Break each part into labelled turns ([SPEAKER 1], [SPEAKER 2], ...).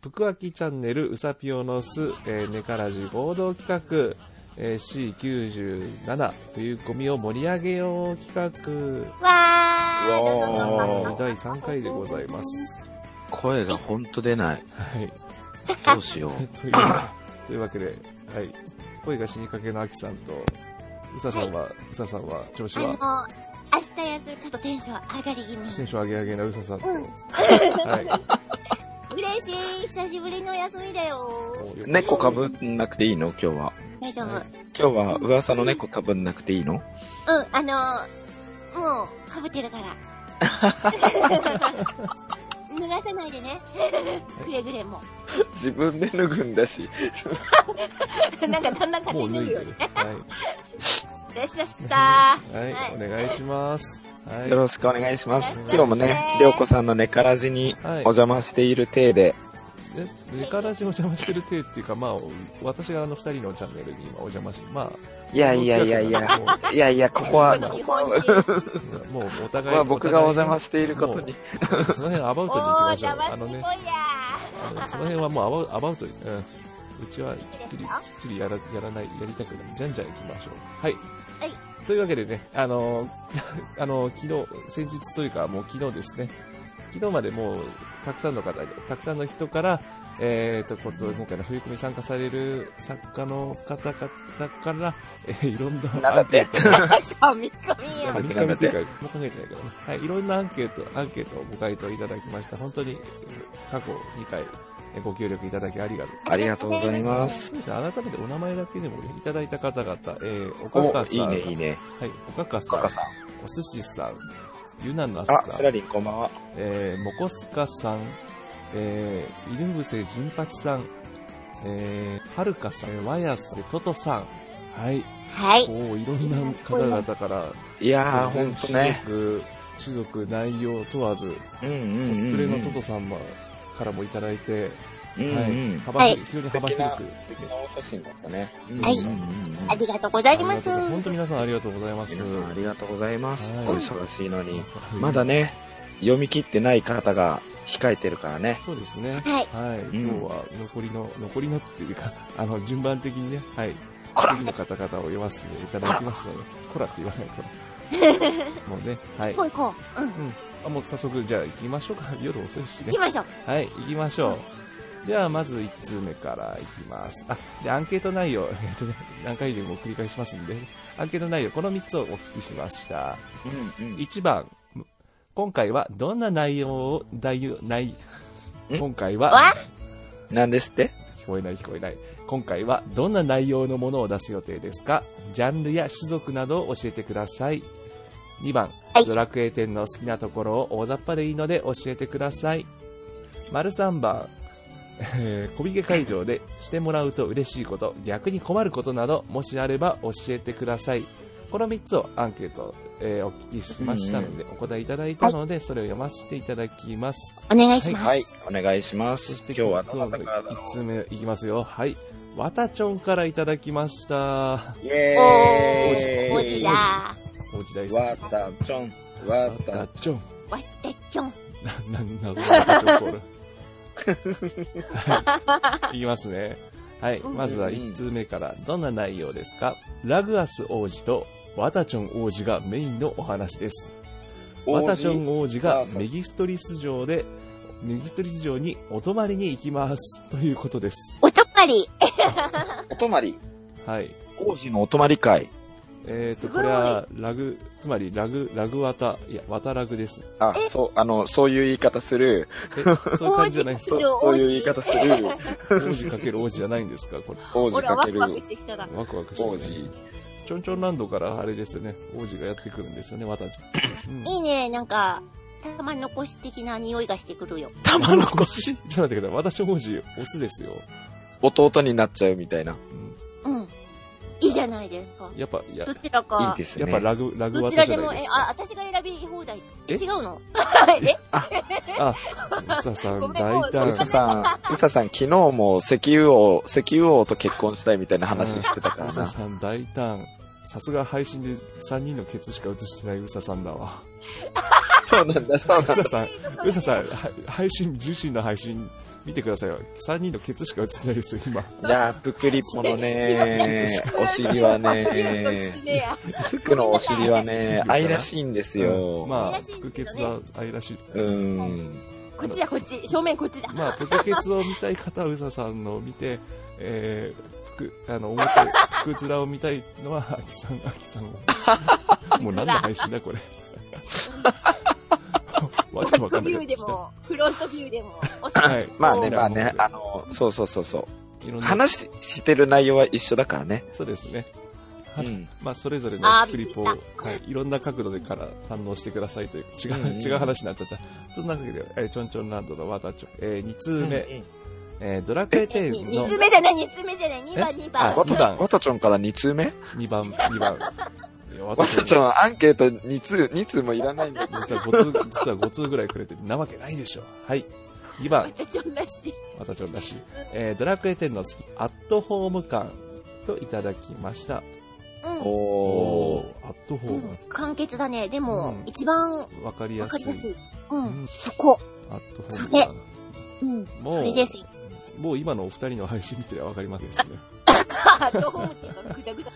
[SPEAKER 1] 福明チャンネルうさぴよのす、えー、ネカラジ合同企画、えー、C97 というゴミを盛り上げよう企画
[SPEAKER 2] わ
[SPEAKER 1] え
[SPEAKER 2] ー
[SPEAKER 1] ー第3回でございます。
[SPEAKER 3] 声がほんと出ない。
[SPEAKER 1] はい。
[SPEAKER 3] どうしよう。
[SPEAKER 1] というというわけで、はい。恋が死にかけのあきさんと、うささんは、うささんは、調子は、
[SPEAKER 2] あの、明日休みちょっとテンション上がり気
[SPEAKER 1] テ
[SPEAKER 2] 味。
[SPEAKER 1] ンション上げ上げなうささんと、
[SPEAKER 2] うん
[SPEAKER 1] はい。
[SPEAKER 2] 嬉しい久しぶりの休みだよ
[SPEAKER 1] もうよく
[SPEAKER 3] 猫かぶんなくていいの今日は。
[SPEAKER 2] 大丈夫。うん、
[SPEAKER 3] 今日は噂の猫かぶんなくていいの
[SPEAKER 2] あのー、もう、かぶってる から。脱がさないでね。くれぐれも。
[SPEAKER 3] 自分で脱ぐんだし。
[SPEAKER 2] なんかだんだん勝
[SPEAKER 1] も
[SPEAKER 2] 手
[SPEAKER 1] う脱
[SPEAKER 2] に脱
[SPEAKER 1] い
[SPEAKER 2] ぐ
[SPEAKER 1] で
[SPEAKER 2] よ
[SPEAKER 1] る
[SPEAKER 2] ね。。
[SPEAKER 1] は
[SPEAKER 2] ですですさー。
[SPEAKER 1] い。はい。お願いします。はい。
[SPEAKER 3] よろしくお願いします
[SPEAKER 1] はい。
[SPEAKER 3] 今日もね
[SPEAKER 2] は、い
[SPEAKER 3] りょうこさんの寝からじにお
[SPEAKER 1] はい
[SPEAKER 3] 邪魔している体で、
[SPEAKER 1] ね、ネカラジお邪魔してる体っていうか、まあ、私があの二人のチャンネルに今お邪魔して、ま
[SPEAKER 3] いやいやいやいや、いやいや、ここは、
[SPEAKER 2] 今日
[SPEAKER 3] こ
[SPEAKER 2] 本人。
[SPEAKER 1] あ、もうお
[SPEAKER 3] こ
[SPEAKER 1] 互い
[SPEAKER 3] は僕がお邪魔していることに。
[SPEAKER 1] その辺アバウ
[SPEAKER 2] お
[SPEAKER 1] トに行
[SPEAKER 2] ー、
[SPEAKER 1] きましょう。
[SPEAKER 2] 騙
[SPEAKER 1] あ
[SPEAKER 2] して
[SPEAKER 1] の
[SPEAKER 2] こい
[SPEAKER 1] ね
[SPEAKER 2] や、
[SPEAKER 1] あのその辺はもうアバアバウトに、うん。うちはきっちり、きっちりやらやらない、やりたくない。じゃんじゃん行きましょう。はい。
[SPEAKER 2] はい。
[SPEAKER 1] というわけでね、あのー、あ のー、昨日、先日というかもう昨日ですね。昨日までもう、たくさんの方に、たくさんの人から、えー、と、今度、今回の冬組参加される作家の方々から、えーいろんなアン ケートを
[SPEAKER 2] さあ、見込みよ。
[SPEAKER 3] やめて
[SPEAKER 1] やめて
[SPEAKER 3] やめ
[SPEAKER 1] もう考えてないけどねはい、いろんなアンケート、アンケートをご回答いただきました。本当に、過去2回、えご協力いただきありがとう。
[SPEAKER 3] ありがとうございま
[SPEAKER 1] そ
[SPEAKER 3] す。
[SPEAKER 1] うですね、改めてお名前だけでもね、いただいた方々、えー、おか
[SPEAKER 3] お
[SPEAKER 1] か、さん、
[SPEAKER 3] いいね、いいね。
[SPEAKER 1] はい、おかかさ
[SPEAKER 3] カ
[SPEAKER 1] ん、
[SPEAKER 3] カさん。
[SPEAKER 1] おすしさん、ゆななさ
[SPEAKER 3] あ、シ
[SPEAKER 1] ん
[SPEAKER 3] ラ、リンこんばんは。
[SPEAKER 1] えー、もこすかさん、えー、犬伏せじんぱちさん、えー、はるかさん、わやす、ととさん、はい、
[SPEAKER 2] はい。
[SPEAKER 1] こう、いろんな方々から、
[SPEAKER 3] いやー、ほんとね。
[SPEAKER 1] 種族。種族内容問わず、
[SPEAKER 3] うんうんうんうん。
[SPEAKER 1] コスプレのトトさんもからもいただいて、
[SPEAKER 3] うんう
[SPEAKER 1] はい、
[SPEAKER 3] ん。
[SPEAKER 1] 幅広い、非常に幅広く。
[SPEAKER 3] 素敵なお写真だったね。
[SPEAKER 2] はい
[SPEAKER 3] うんうんうん
[SPEAKER 2] ありがとうございます。
[SPEAKER 1] ありがとうござい本当皆さんありがとうございます。
[SPEAKER 3] 皆さんありがとうございます。
[SPEAKER 1] はい
[SPEAKER 3] お忙しいのに。まだ。ね、読み切ってない方が控えてるからね。
[SPEAKER 1] そうですね。
[SPEAKER 2] はい
[SPEAKER 1] はい、
[SPEAKER 3] ん
[SPEAKER 1] 今日は残りの、残りのっていうか、 あの、順番的にね、はい。
[SPEAKER 3] こら
[SPEAKER 1] 次の方々を読ませていただきますので、こらって言わない と。もうね、はい。
[SPEAKER 2] 行こう行こう。うん。
[SPEAKER 1] あもう早速、じゃあ行きましょうか。夜遅いし
[SPEAKER 2] 行
[SPEAKER 1] ね
[SPEAKER 2] き。ましょう。
[SPEAKER 1] はい、行きましょう。では、まず1通目からいきます。あ、で、アンケート内容、え っとね、何回でも繰り返しますんで、アンケート内容、この3つをお聞きしました。
[SPEAKER 3] うんうん。
[SPEAKER 1] 1番、今回はどんな内容を、内容、内、
[SPEAKER 3] ん
[SPEAKER 1] 今回
[SPEAKER 2] わ
[SPEAKER 1] は、
[SPEAKER 3] なんですって
[SPEAKER 1] 聞こえない聞こえない。今回はどんな内容のものを出す予定ですかジャンルや種族などを教えてください。2番、
[SPEAKER 2] はい
[SPEAKER 1] ドラクエ10の好きなところを大雑把でいいので教えてください。丸3番、えー、コミケ会場でしてもらうと嬉しいこと、逆に困ることなど、もしあれば教えてください。この3つをアンケート、えーお聞きしましたので、お答えいただいたので、それを読ませていただきます。
[SPEAKER 2] お願いします。
[SPEAKER 3] はい、お願いしま
[SPEAKER 1] そ
[SPEAKER 3] す。
[SPEAKER 1] して
[SPEAKER 3] 今日はど
[SPEAKER 1] 今
[SPEAKER 3] な
[SPEAKER 1] 日
[SPEAKER 3] た
[SPEAKER 1] の
[SPEAKER 3] からだろ
[SPEAKER 1] 1通目いきますよ。はい。わたちょんからいただきました。
[SPEAKER 3] うイェーイ
[SPEAKER 2] おー、文字だ。
[SPEAKER 1] お時代好き。
[SPEAKER 3] わたちょん、わた
[SPEAKER 1] わたちょん。
[SPEAKER 2] わってちょん。
[SPEAKER 1] な、な、謎のわたちょんコール。はい。いきますね。はい。まずは1通目から。どんな内容ですかラグアス王子とワタチョン王子がメインのお話です。ワタチョン王子がメギストリス城で、メギストリス城にお泊まりに行きます。ということです。
[SPEAKER 2] おとっかり。
[SPEAKER 3] お泊まり。
[SPEAKER 1] はい。
[SPEAKER 3] 王子のお泊まり会。
[SPEAKER 1] えっ、
[SPEAKER 2] す
[SPEAKER 1] と、
[SPEAKER 2] ご
[SPEAKER 1] こ
[SPEAKER 2] い
[SPEAKER 1] れは、ラグ、つまり、ラグ、ラグワタ、いや、ワタラグです。
[SPEAKER 3] あ、そう、あの、そういう言い方する。
[SPEAKER 1] え、そういう感じじゃないですか
[SPEAKER 2] 王子
[SPEAKER 3] そうそういう言い方する。
[SPEAKER 1] 王子かける王子じゃないんですかこれ。
[SPEAKER 3] 王子
[SPEAKER 2] ほら、
[SPEAKER 3] か
[SPEAKER 2] ワ
[SPEAKER 3] け
[SPEAKER 2] ク
[SPEAKER 3] る
[SPEAKER 2] ワクしてきたな。
[SPEAKER 1] ワクワクして、ね。
[SPEAKER 3] 王子。
[SPEAKER 1] ちょんちょんランドからあれですよね。王子がやってくるんですよね、ワタちゃん。うん
[SPEAKER 2] いいね、なんか、玉残し的な匂いがしてくるよ。
[SPEAKER 3] 玉の腰。
[SPEAKER 1] ちょっと待ってください。私王子、オスですよ。
[SPEAKER 3] 弟になっちゃうみたいな。
[SPEAKER 1] うん
[SPEAKER 2] うん。いいじゃないですか。
[SPEAKER 1] やっぱ、や
[SPEAKER 2] ど、ちら
[SPEAKER 3] いい
[SPEAKER 2] か。
[SPEAKER 3] です
[SPEAKER 1] や
[SPEAKER 3] ね。
[SPEAKER 1] っぱラグ、ラグ
[SPEAKER 2] ど
[SPEAKER 1] ワ
[SPEAKER 2] ち
[SPEAKER 1] タ
[SPEAKER 2] ら
[SPEAKER 1] じゃ
[SPEAKER 2] で
[SPEAKER 1] な
[SPEAKER 2] も、
[SPEAKER 1] いで
[SPEAKER 2] え
[SPEAKER 1] す、
[SPEAKER 2] あ
[SPEAKER 1] か。、
[SPEAKER 2] 私が選び放題。
[SPEAKER 1] え
[SPEAKER 2] 違うのえ
[SPEAKER 1] あ、うささん
[SPEAKER 2] ごめん
[SPEAKER 1] 大
[SPEAKER 2] もうそ
[SPEAKER 3] う
[SPEAKER 1] 胆
[SPEAKER 2] れ。
[SPEAKER 3] ささん、うささん、昨日も石油王、石油王と結婚したいみたいな話してたか
[SPEAKER 1] う
[SPEAKER 3] ら
[SPEAKER 1] さ
[SPEAKER 3] な。
[SPEAKER 1] さん大胆。さすが配信で3人のケツしか映してないうささんだわ。
[SPEAKER 3] そうなんだ、そうなん
[SPEAKER 1] う
[SPEAKER 3] だ
[SPEAKER 1] さ。さん、うささん、は配信、重心の配信見てくださいよ。3人のケツしか映ってないですよ、今。
[SPEAKER 3] いやー、ぷくりっぽのね、お尻はね、服のお尻はね、愛らしいんですよ。
[SPEAKER 1] まあ、
[SPEAKER 2] 愛らしいん
[SPEAKER 1] 腹
[SPEAKER 2] ですよね
[SPEAKER 1] 血は愛らしい。
[SPEAKER 3] うーん。
[SPEAKER 2] こっちだ、こっち。正面こっちだ。
[SPEAKER 1] まあ、腹血を見たい方は宇佐さんのを見て、えー、腹、あの、表、 腹面を見たいのは、あきさん、あきさん を。もう何の配信だ、これ。わ
[SPEAKER 2] バ
[SPEAKER 1] け
[SPEAKER 2] ッ
[SPEAKER 1] わか
[SPEAKER 2] ク
[SPEAKER 1] んな
[SPEAKER 2] ビ
[SPEAKER 1] い
[SPEAKER 2] ューでも、フロントビューでも、お
[SPEAKER 1] は
[SPEAKER 2] 皿
[SPEAKER 1] い
[SPEAKER 3] まあね、
[SPEAKER 1] そう
[SPEAKER 3] まあね、あの、そうそうそうそ
[SPEAKER 1] いろん
[SPEAKER 3] う。
[SPEAKER 1] な
[SPEAKER 3] 話してる内容は一緒だからね。
[SPEAKER 1] そうですね。
[SPEAKER 3] う
[SPEAKER 1] は
[SPEAKER 3] ん。
[SPEAKER 1] まあ、それぞれの
[SPEAKER 2] あー
[SPEAKER 1] クリップを、
[SPEAKER 2] びっ
[SPEAKER 1] は
[SPEAKER 2] く
[SPEAKER 1] い、いろんな角度でから堪能してくださいという、違
[SPEAKER 3] うんう
[SPEAKER 1] う、
[SPEAKER 3] ん
[SPEAKER 1] 違う話になっちゃった。そんなわけで、えーちょんちょんランドのワータチョ、えー、2通目、 えー、ドラクエテール
[SPEAKER 2] 2
[SPEAKER 1] の
[SPEAKER 2] つ目じゃない、2つ目じゃない、2番、2
[SPEAKER 1] あ
[SPEAKER 2] 番。
[SPEAKER 1] 二番
[SPEAKER 3] わたちょんから2通目
[SPEAKER 1] 2番、2番。いや、ワ
[SPEAKER 3] わたちょ
[SPEAKER 1] ん。
[SPEAKER 3] んアンケート2通、2通もいらないんだけど。
[SPEAKER 1] 実は5通、実は5通ぐらいくれてる、なわけないでしょ。はい。2番
[SPEAKER 2] ま、たちょんらしい。
[SPEAKER 1] ワタチョンらしい。えー、ドラクエ10の好き、アットホーム感といただきました。
[SPEAKER 2] う
[SPEAKER 3] おー。
[SPEAKER 1] ー、アットホ
[SPEAKER 2] ん。う
[SPEAKER 1] ー
[SPEAKER 2] ん
[SPEAKER 1] ム。
[SPEAKER 2] 簡潔だね。で
[SPEAKER 1] う
[SPEAKER 2] も
[SPEAKER 1] ん、
[SPEAKER 2] 一番
[SPEAKER 1] わかり
[SPEAKER 2] わ
[SPEAKER 1] や
[SPEAKER 2] か
[SPEAKER 1] す
[SPEAKER 2] りやす
[SPEAKER 1] い。
[SPEAKER 2] い。う。
[SPEAKER 1] うんん
[SPEAKER 2] そこ。
[SPEAKER 1] アットホーム感。
[SPEAKER 2] うん。
[SPEAKER 1] もう
[SPEAKER 2] それですよ。
[SPEAKER 1] もう今のお二人の配信見てりゃわかりますですね。
[SPEAKER 2] はは、どうもっていうか、ぐだぐだ。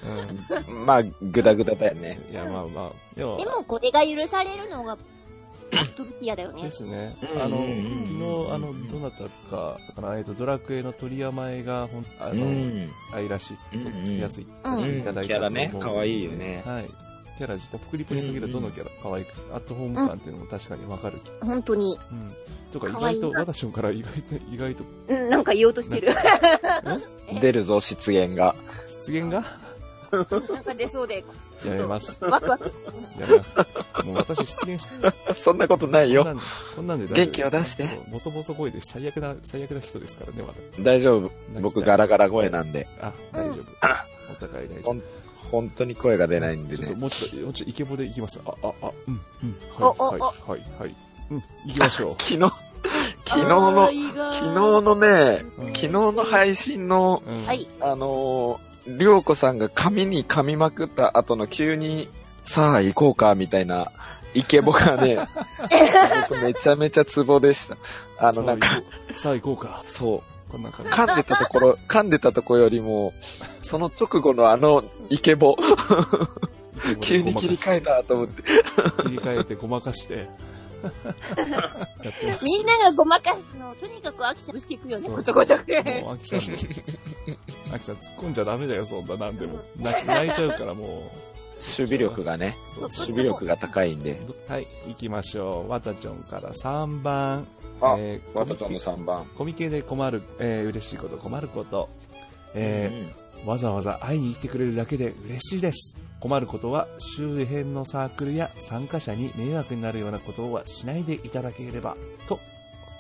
[SPEAKER 1] うん。
[SPEAKER 3] まあ、ぐだぐだだよね。
[SPEAKER 1] いや、まあまあ。でも
[SPEAKER 2] で、も、これが許されるのが、アクトルピアだよ
[SPEAKER 1] で
[SPEAKER 2] ね。
[SPEAKER 1] すね
[SPEAKER 3] う。ん
[SPEAKER 1] あの、
[SPEAKER 3] う
[SPEAKER 1] 昨
[SPEAKER 3] ん
[SPEAKER 1] 日、あの、どなたか、かな、えっと、ドラクエの鳥山絵が、ほん、あ
[SPEAKER 3] う
[SPEAKER 1] の、
[SPEAKER 3] ん。
[SPEAKER 1] 愛らしいとつきやすい、
[SPEAKER 2] うん
[SPEAKER 1] していただいたと思う
[SPEAKER 3] うんキャラね可愛いよね
[SPEAKER 1] はい。キャラ自体、ポクリポに限らずどのキャラ可愛く、アットホーム感っていうのも確かにわかる。
[SPEAKER 2] 本当に。
[SPEAKER 1] うん。とか、意
[SPEAKER 2] 可愛
[SPEAKER 1] 外
[SPEAKER 2] い
[SPEAKER 1] と、
[SPEAKER 2] な
[SPEAKER 1] ワタションから意外と、意外と、
[SPEAKER 2] うん、なんか言おうとしてる。
[SPEAKER 3] 出るぞ、失言が。
[SPEAKER 1] 失言 が
[SPEAKER 2] なんか出そうで、
[SPEAKER 1] やめます。
[SPEAKER 2] ワクワク。
[SPEAKER 1] やめます。もう私失言し、
[SPEAKER 3] そんなことない
[SPEAKER 1] こん
[SPEAKER 3] よ。
[SPEAKER 1] なんで、こんなんで大丈夫
[SPEAKER 3] 元気を出して
[SPEAKER 1] そうボソボソ声で最悪な、最悪な人ですからね、まだ。
[SPEAKER 3] 大丈夫。僕、ガラガラ声なんで。
[SPEAKER 1] あ、大丈夫。お互い大丈夫。
[SPEAKER 3] 本当に声が出ないんで
[SPEAKER 1] ちょっと
[SPEAKER 3] ね。
[SPEAKER 1] もうちょっと、もうちょっとイケボでいきます。あ、あ、あ、うん、うん、
[SPEAKER 2] お
[SPEAKER 1] は
[SPEAKER 2] お
[SPEAKER 1] い、はい、はい、はい。うん、行きましょう。
[SPEAKER 3] 昨日、昨日の、昨日のね、
[SPEAKER 1] うん
[SPEAKER 3] 昨日の配信の、
[SPEAKER 1] うん
[SPEAKER 2] はい。
[SPEAKER 3] あのー、りょうこさんが髪に噛みまくった後の急に、さあ行こうか、みたいな、イケボ がね、僕めちゃめちゃツボでした。あの、なんか、
[SPEAKER 1] さあ行こうさあ行こ
[SPEAKER 3] そう
[SPEAKER 1] か。こんな感
[SPEAKER 3] う、
[SPEAKER 1] じ。
[SPEAKER 3] 噛んでたところ、噛んでたところよりも、その直後のあの、イケボ、 急に切り替えたと思って。
[SPEAKER 1] え。切り替えてごまかして。やってます
[SPEAKER 2] みんながごまかすのを、とにかくアキさんしていくよね、ことごとく。
[SPEAKER 1] もう、アキさん の、アキさん突っ込んじゃダメだよ、そんな、なんでも。泣き泣いちゃうから、も
[SPEAKER 3] 守備力がね、
[SPEAKER 1] う。
[SPEAKER 3] 守備力が高いんで。
[SPEAKER 1] はい、行きましょう。ワタちゃんから3番。
[SPEAKER 3] あ
[SPEAKER 1] えー
[SPEAKER 3] わたちゃんの3番。
[SPEAKER 1] コミケで困る、えー嬉しいこと、困ること。えー
[SPEAKER 3] うん
[SPEAKER 1] わざわざ会いに来てくれるだけで嬉しいです。困ることは周辺のサークルや参加者に迷惑になるようなことはしないでいただければ、と、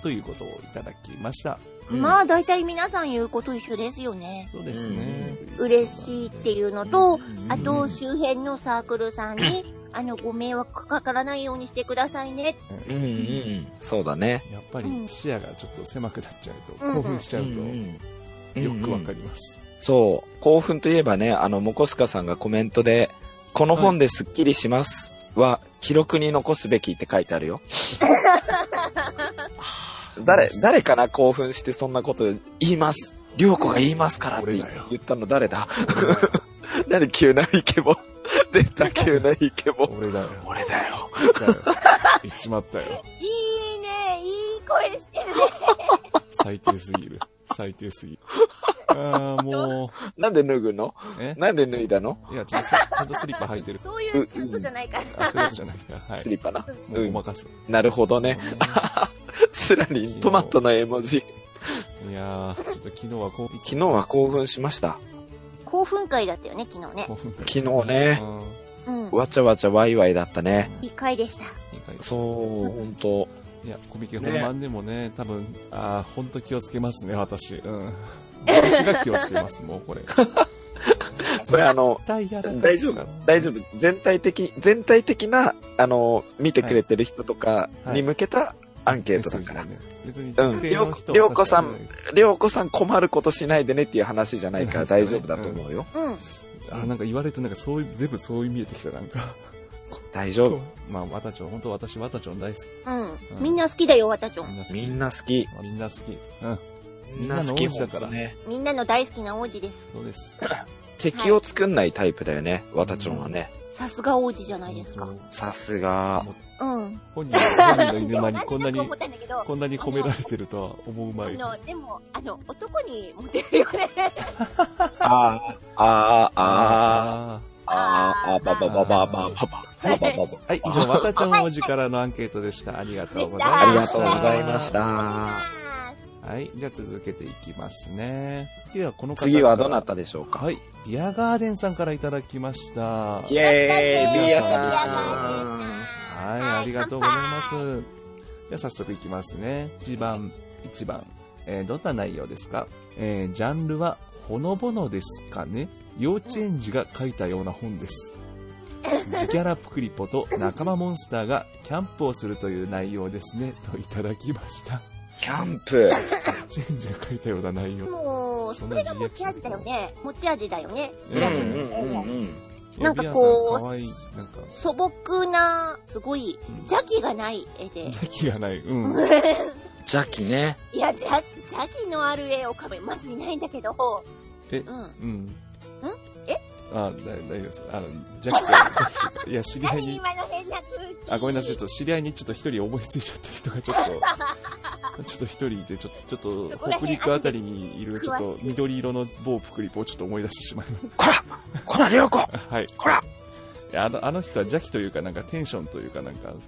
[SPEAKER 1] ということをいただきました。
[SPEAKER 2] まあ、大体皆さん言うこと一緒ですよね。
[SPEAKER 1] そうですね。
[SPEAKER 2] 嬉しいっていうの
[SPEAKER 1] うん
[SPEAKER 2] と、
[SPEAKER 3] うん
[SPEAKER 2] あと、周辺のサークルさん に、あの、ご迷惑かからないようにしてくださいね。
[SPEAKER 3] うんうんうん、そうだね。
[SPEAKER 1] やっぱり視野がちょっと狭くなっちゃうと、
[SPEAKER 2] うん
[SPEAKER 1] 興奮しちゃうと、よくわかります。
[SPEAKER 3] そう。興奮といえばね、あの、モコスカさんがコメントで、この本ですっきりしますは、記録に残すべきって書いてあるよ。誰、誰かな興奮してそんなこと言います。りょうこが言いますからって
[SPEAKER 1] 俺だよ
[SPEAKER 3] 言ったの誰だ 何急なイケボ 出た急なイケボ。
[SPEAKER 1] 俺だよ。
[SPEAKER 3] 俺だよ。
[SPEAKER 1] 俺だよ。言っちまったよ。
[SPEAKER 2] いいね、いい声してるね。
[SPEAKER 1] 最低すぎる。最低すぎる。ああ、も
[SPEAKER 3] なんで脱ぐの
[SPEAKER 1] う、え
[SPEAKER 3] なんで脱いだの
[SPEAKER 1] いや、ちゃんとスちゃんとスリッパ履いてる。
[SPEAKER 2] そういうちゃんとじゃないから。
[SPEAKER 1] あ、そういうことじゃないか。は
[SPEAKER 3] ス
[SPEAKER 1] い。
[SPEAKER 3] リッパな。
[SPEAKER 1] もうごまかす。
[SPEAKER 3] なるほどね。スラリン、トマトの絵文字。
[SPEAKER 1] いやー、ちょっと昨日はこう、
[SPEAKER 3] 昨日 は興奮しました。
[SPEAKER 2] 興奮会だったよね、昨日ね。
[SPEAKER 1] 昨
[SPEAKER 3] 昨日ね。
[SPEAKER 2] うん。
[SPEAKER 3] わちゃわちゃワイワイだったね。
[SPEAKER 2] いい回でした。
[SPEAKER 1] そ
[SPEAKER 3] そう、本当。
[SPEAKER 1] う。いや、コミケ本番でもね、多分、ああ、ほんと気をつけますね、私。うん。私が気をつけます、もう これ。
[SPEAKER 3] これあの、
[SPEAKER 1] 絶対やらかすから
[SPEAKER 3] 大丈夫、大丈夫。全体的、全体的な、あの、見てくれてる人とか
[SPEAKER 1] はい
[SPEAKER 3] に向けたアンケートだから。
[SPEAKER 1] メッセージもね。別に、
[SPEAKER 3] うん
[SPEAKER 1] 特定の人を
[SPEAKER 3] りょうこさん
[SPEAKER 1] 指して
[SPEAKER 3] りょうこさん困ることしないでねっていう話じゃないから
[SPEAKER 1] そうで
[SPEAKER 3] 大
[SPEAKER 1] すね
[SPEAKER 3] 丈夫だと思うよ。
[SPEAKER 2] うん。
[SPEAKER 1] ない。あー、なんか言われて、なんかそういう、全部そういう見えてきた、なんか。
[SPEAKER 3] 大丈夫。
[SPEAKER 1] まあ、わたちょん、本当私、わたちょん大好き。
[SPEAKER 2] う。
[SPEAKER 1] うんん
[SPEAKER 2] みんな好きだよ、わたちょ
[SPEAKER 1] みん
[SPEAKER 2] ん。
[SPEAKER 1] な好き。
[SPEAKER 3] みんな好き。
[SPEAKER 1] みんな好き。うん。
[SPEAKER 3] みんな好
[SPEAKER 1] み
[SPEAKER 3] き
[SPEAKER 1] んなの王子だから
[SPEAKER 3] ほんとね。
[SPEAKER 2] みんなの大好きな王子です。
[SPEAKER 1] そうです。
[SPEAKER 3] 敵を作んないタイプだよね、わたちょんはね。
[SPEAKER 2] さすが王子じゃないですか。
[SPEAKER 3] さすが。
[SPEAKER 2] うん。
[SPEAKER 1] 本人、本人の
[SPEAKER 2] で
[SPEAKER 1] 犬
[SPEAKER 2] も
[SPEAKER 1] 間に
[SPEAKER 2] なん
[SPEAKER 1] こん
[SPEAKER 2] と
[SPEAKER 1] な
[SPEAKER 2] なく
[SPEAKER 1] に
[SPEAKER 2] 思っ、たんだけど、
[SPEAKER 1] こんなに褒められてるとは思うま
[SPEAKER 2] あ
[SPEAKER 1] い。
[SPEAKER 2] の、でも、あの、男にモテるよね。
[SPEAKER 3] あー、あー、あー、
[SPEAKER 1] あ
[SPEAKER 3] あー、あー、ばばばばばばばばばばば。
[SPEAKER 1] ー。はい、以上、わたちょん王子からのアンケートでした。ありがとうございました。
[SPEAKER 3] ありがとうございまし
[SPEAKER 2] あ
[SPEAKER 3] た。
[SPEAKER 1] はい、じゃあ続けていきますね。では、この方から
[SPEAKER 3] 次はどなたでしょうか
[SPEAKER 1] はい、ビアガーデンさんからいただきました。
[SPEAKER 3] イェーイ、ビーヤ
[SPEAKER 1] ビーヤ
[SPEAKER 3] さ
[SPEAKER 1] さ
[SPEAKER 3] ん。
[SPEAKER 1] はい、ありがとうございます。では早速いきますね。1番、1番。えーどんな内容ですかえージャンルは、ほのぼのですかね幼稚園児が書いたような本です。自キャラプクリポと仲間モンスターがキャンプをするという内容ですね、といただきました。
[SPEAKER 3] キャンプ。
[SPEAKER 1] 幼稚園児が書いたような内容。
[SPEAKER 2] もう、それが持ち味だよね。持ち味だよね。
[SPEAKER 1] うんうん
[SPEAKER 3] ん。
[SPEAKER 2] なんかこう
[SPEAKER 1] エビアンさんかわいい。なんか、
[SPEAKER 2] 素朴な、すごい、
[SPEAKER 1] うん
[SPEAKER 2] 邪気がない絵で。
[SPEAKER 1] 邪気がない。うん。
[SPEAKER 3] 邪気ね。
[SPEAKER 2] いや、邪邪気のある絵を描く、マジいないんだけど。
[SPEAKER 1] え
[SPEAKER 2] うん。
[SPEAKER 1] うん。
[SPEAKER 2] え
[SPEAKER 1] あ、だ大丈夫です。あの、邪気がい や、知り合い
[SPEAKER 2] 何
[SPEAKER 1] に、
[SPEAKER 2] 今の変な空気。
[SPEAKER 1] あ、ごめんなさい。ちょっと知り合いにちょっと一人思いついちゃった人がちょっと、 ちょっと一人いて、ちょちょっ
[SPEAKER 2] そ
[SPEAKER 1] と
[SPEAKER 2] こら
[SPEAKER 1] 北
[SPEAKER 2] 辺
[SPEAKER 1] 陸あたりにいる、ちょっ
[SPEAKER 2] 詳
[SPEAKER 1] と
[SPEAKER 2] しく
[SPEAKER 1] 緑色の某プクリポをちょっと思い出してしまいまし
[SPEAKER 3] こらこら、りょうこ
[SPEAKER 1] た。はい。
[SPEAKER 3] こら
[SPEAKER 1] いやあのあの人は邪気というか、なんかテンションというか、なんか、
[SPEAKER 2] うん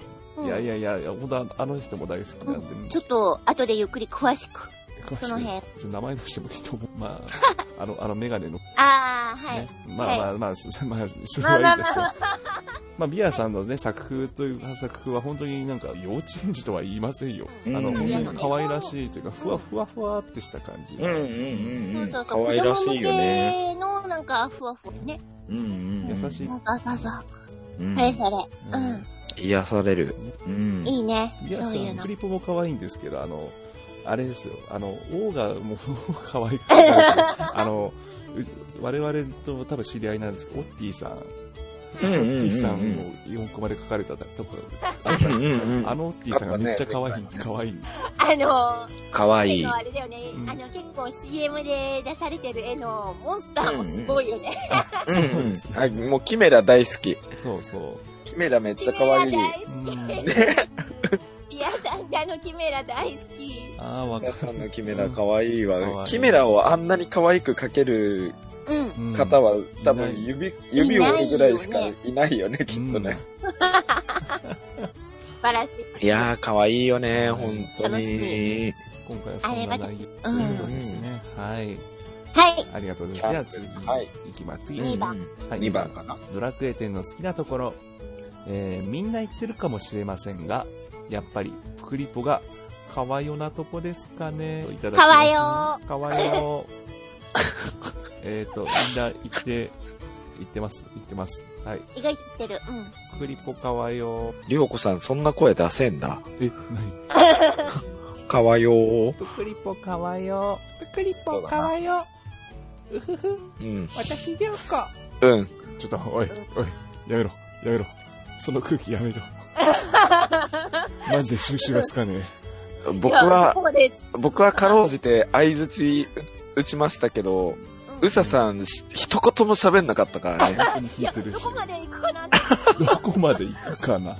[SPEAKER 1] いやいやいや、本当あの人も大好きなんで、
[SPEAKER 2] ちょっと、後でゆっくり詳しく。
[SPEAKER 1] 詳しく
[SPEAKER 2] その辺
[SPEAKER 1] 別に名前出してもいいと思う。ま あ、あの、あのメガネの
[SPEAKER 2] ああ、はい
[SPEAKER 1] ね。まあまあまあ、す まあ、それ
[SPEAKER 2] まあま
[SPEAKER 1] は
[SPEAKER 2] あ
[SPEAKER 1] いいとして。 まあ、ビアさんのね、作風というか、作風は本当になんか幼稚園児とは言いませんよ。あ
[SPEAKER 3] うん
[SPEAKER 1] の、本当に可愛ら
[SPEAKER 2] い。
[SPEAKER 1] しいというか、ふわふわふわってした感じ。
[SPEAKER 3] うんうんうんうん。
[SPEAKER 2] そう
[SPEAKER 3] か
[SPEAKER 2] そうそう。
[SPEAKER 3] わ
[SPEAKER 2] 子
[SPEAKER 3] いら
[SPEAKER 2] 供
[SPEAKER 3] し
[SPEAKER 2] 向
[SPEAKER 3] いよね。
[SPEAKER 2] けの、なんか、ふわふわね。
[SPEAKER 3] うんうんうん。
[SPEAKER 1] 優しい
[SPEAKER 2] なんか、そうそう。
[SPEAKER 3] うん
[SPEAKER 2] それそれ。うん。
[SPEAKER 3] 癒される。うん。
[SPEAKER 2] いいね。
[SPEAKER 1] ビア
[SPEAKER 2] そ
[SPEAKER 1] さ、
[SPEAKER 2] ういうんの
[SPEAKER 1] ク。リポも可愛いんですけど、あの、あれですよ、あの、王がもう可愛くて、 あの、う我々と多分知り合いなんですけど、オッティさん、
[SPEAKER 3] うん
[SPEAKER 1] オ
[SPEAKER 3] うん
[SPEAKER 1] ッ
[SPEAKER 3] う
[SPEAKER 1] ティさん
[SPEAKER 3] ん
[SPEAKER 1] を4コマで書かれたとかあったんですけ
[SPEAKER 3] うんうんうん
[SPEAKER 1] ど、あのオッティさんがめっちゃ可愛い、可愛い。
[SPEAKER 2] あの、
[SPEAKER 3] かわい
[SPEAKER 2] 絵
[SPEAKER 3] い
[SPEAKER 2] の。あれだよね。
[SPEAKER 1] うん
[SPEAKER 2] あの、結構 CM で出されてる絵のモンスターもすごいよね。
[SPEAKER 3] うんうん。あ、もうキメラ大好き。
[SPEAKER 1] そうそう。
[SPEAKER 3] キメラめっ
[SPEAKER 2] キ
[SPEAKER 3] ちゃ
[SPEAKER 2] メ
[SPEAKER 3] かわ
[SPEAKER 2] ラ
[SPEAKER 3] いい。
[SPEAKER 2] 大
[SPEAKER 1] う
[SPEAKER 2] 好
[SPEAKER 1] ん
[SPEAKER 2] き。ビアさんであのキメラ大好き。
[SPEAKER 1] ああ、わか
[SPEAKER 3] 皆
[SPEAKER 1] る。
[SPEAKER 3] さんのキメラかわいい
[SPEAKER 1] 可愛
[SPEAKER 3] わ。
[SPEAKER 1] い
[SPEAKER 3] キメラをあんなに可愛く描ける
[SPEAKER 2] うん。
[SPEAKER 3] 方
[SPEAKER 1] は
[SPEAKER 3] は多分指、指折るぐらいしかいないよね、きっとね。
[SPEAKER 2] 素晴らしい。
[SPEAKER 3] いやー、可愛いよね、本当
[SPEAKER 2] 楽し
[SPEAKER 3] に。
[SPEAKER 1] 今回はそんな内容
[SPEAKER 2] う
[SPEAKER 3] れは
[SPEAKER 2] ん。
[SPEAKER 1] ですね。はい。
[SPEAKER 2] はい。
[SPEAKER 1] ありがとうございます。じゃあ次、
[SPEAKER 3] はい
[SPEAKER 1] い、きます。次、
[SPEAKER 2] 二番
[SPEAKER 1] はい
[SPEAKER 3] 2番かな。
[SPEAKER 1] ドラクエ10の好きなところ。えー、みんな言ってるかもしれませんが、やっぱり、プクリポが、かわよなとこですかね。いただきます
[SPEAKER 2] かわよ
[SPEAKER 1] かわよ えっと、みんな言って、言ってます。言ってます。はい。
[SPEAKER 2] 意外と言ってる。うん。
[SPEAKER 1] プクリポかわよ
[SPEAKER 3] りょうこさん、そんな声出せんだ。
[SPEAKER 1] え、ない。
[SPEAKER 3] かわよー。
[SPEAKER 1] ぷくりぽかわよ。ぷくり
[SPEAKER 3] ぽかわ
[SPEAKER 1] よ。
[SPEAKER 3] うん。
[SPEAKER 1] 私りょうこ。
[SPEAKER 3] うん。
[SPEAKER 1] ちょっと、おい、おい、やめろ、やめろ。その空気やめ ろ。マジで収集がつかね
[SPEAKER 3] 僕
[SPEAKER 2] いや
[SPEAKER 3] は、
[SPEAKER 2] ここで、
[SPEAKER 3] 僕はかろうじて相づち打ちましたけど、うささん、し一言も喋んなかったからね
[SPEAKER 1] え。。本当に
[SPEAKER 2] い
[SPEAKER 1] 引い
[SPEAKER 2] や、
[SPEAKER 1] てる
[SPEAKER 2] ど
[SPEAKER 1] し
[SPEAKER 2] こ。まで行くかな
[SPEAKER 1] どこまで行くかな。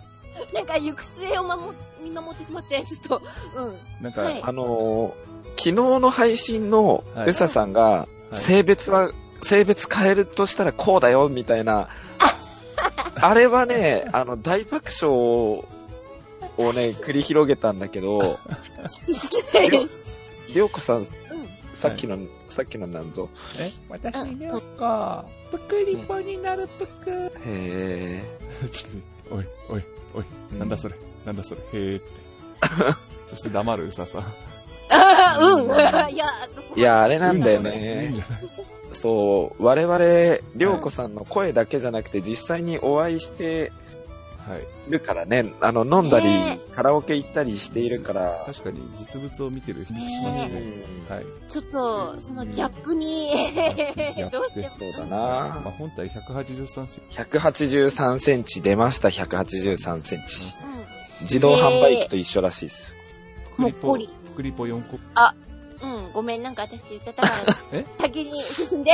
[SPEAKER 2] なんか行く末を守、見守ってしまって、ちょっと、うん。
[SPEAKER 1] なんか、
[SPEAKER 2] はい
[SPEAKER 1] は
[SPEAKER 3] あのー昨日の配信の
[SPEAKER 1] はいう
[SPEAKER 3] ささんが、
[SPEAKER 1] い
[SPEAKER 3] 性別は、性別変えるとしたらこうだよ、みたいな。あれはね、 あの、大爆笑をね、繰り広げたんだけど、りょうこさん、
[SPEAKER 2] う
[SPEAKER 3] さっきの、さっきのなんぞ。
[SPEAKER 1] え、私
[SPEAKER 2] ん。うん。
[SPEAKER 1] か、ぷくりぽになるぷく。
[SPEAKER 3] へ
[SPEAKER 1] ちょっと、おい、おい、おい、
[SPEAKER 3] え。
[SPEAKER 1] なんだそ
[SPEAKER 3] れ。
[SPEAKER 1] れ、なんだそれ、へ えって。そして黙るうささん。
[SPEAKER 2] あー うん。いや、どこま
[SPEAKER 3] い
[SPEAKER 2] で
[SPEAKER 3] や、あれなんだよ
[SPEAKER 1] うんじ
[SPEAKER 3] ね。
[SPEAKER 1] ゃない。
[SPEAKER 3] そう、我々、りょうこさんの声だけじゃなくて、実際にお会いして、
[SPEAKER 1] はい。
[SPEAKER 3] るからね、あの、飲んだり、
[SPEAKER 2] ね
[SPEAKER 3] カラオケ行ったりしているから、
[SPEAKER 1] 確かに実物を見てる気がします
[SPEAKER 3] う
[SPEAKER 1] ね。
[SPEAKER 3] ん
[SPEAKER 1] はい。
[SPEAKER 2] ちょっと、そのギャップに、
[SPEAKER 1] ャップ
[SPEAKER 2] どうしても。
[SPEAKER 3] そうだ
[SPEAKER 1] まあ
[SPEAKER 3] な
[SPEAKER 1] 本体183セン
[SPEAKER 3] 183センチ出ました、183センチ。
[SPEAKER 2] う
[SPEAKER 3] 自動販売機と一緒らしいです。
[SPEAKER 1] チ。
[SPEAKER 2] もっこり
[SPEAKER 1] 福リポ4個。
[SPEAKER 2] ん。うん、ごめん、なんか私言っちゃった から。
[SPEAKER 1] え
[SPEAKER 2] 先に進んで。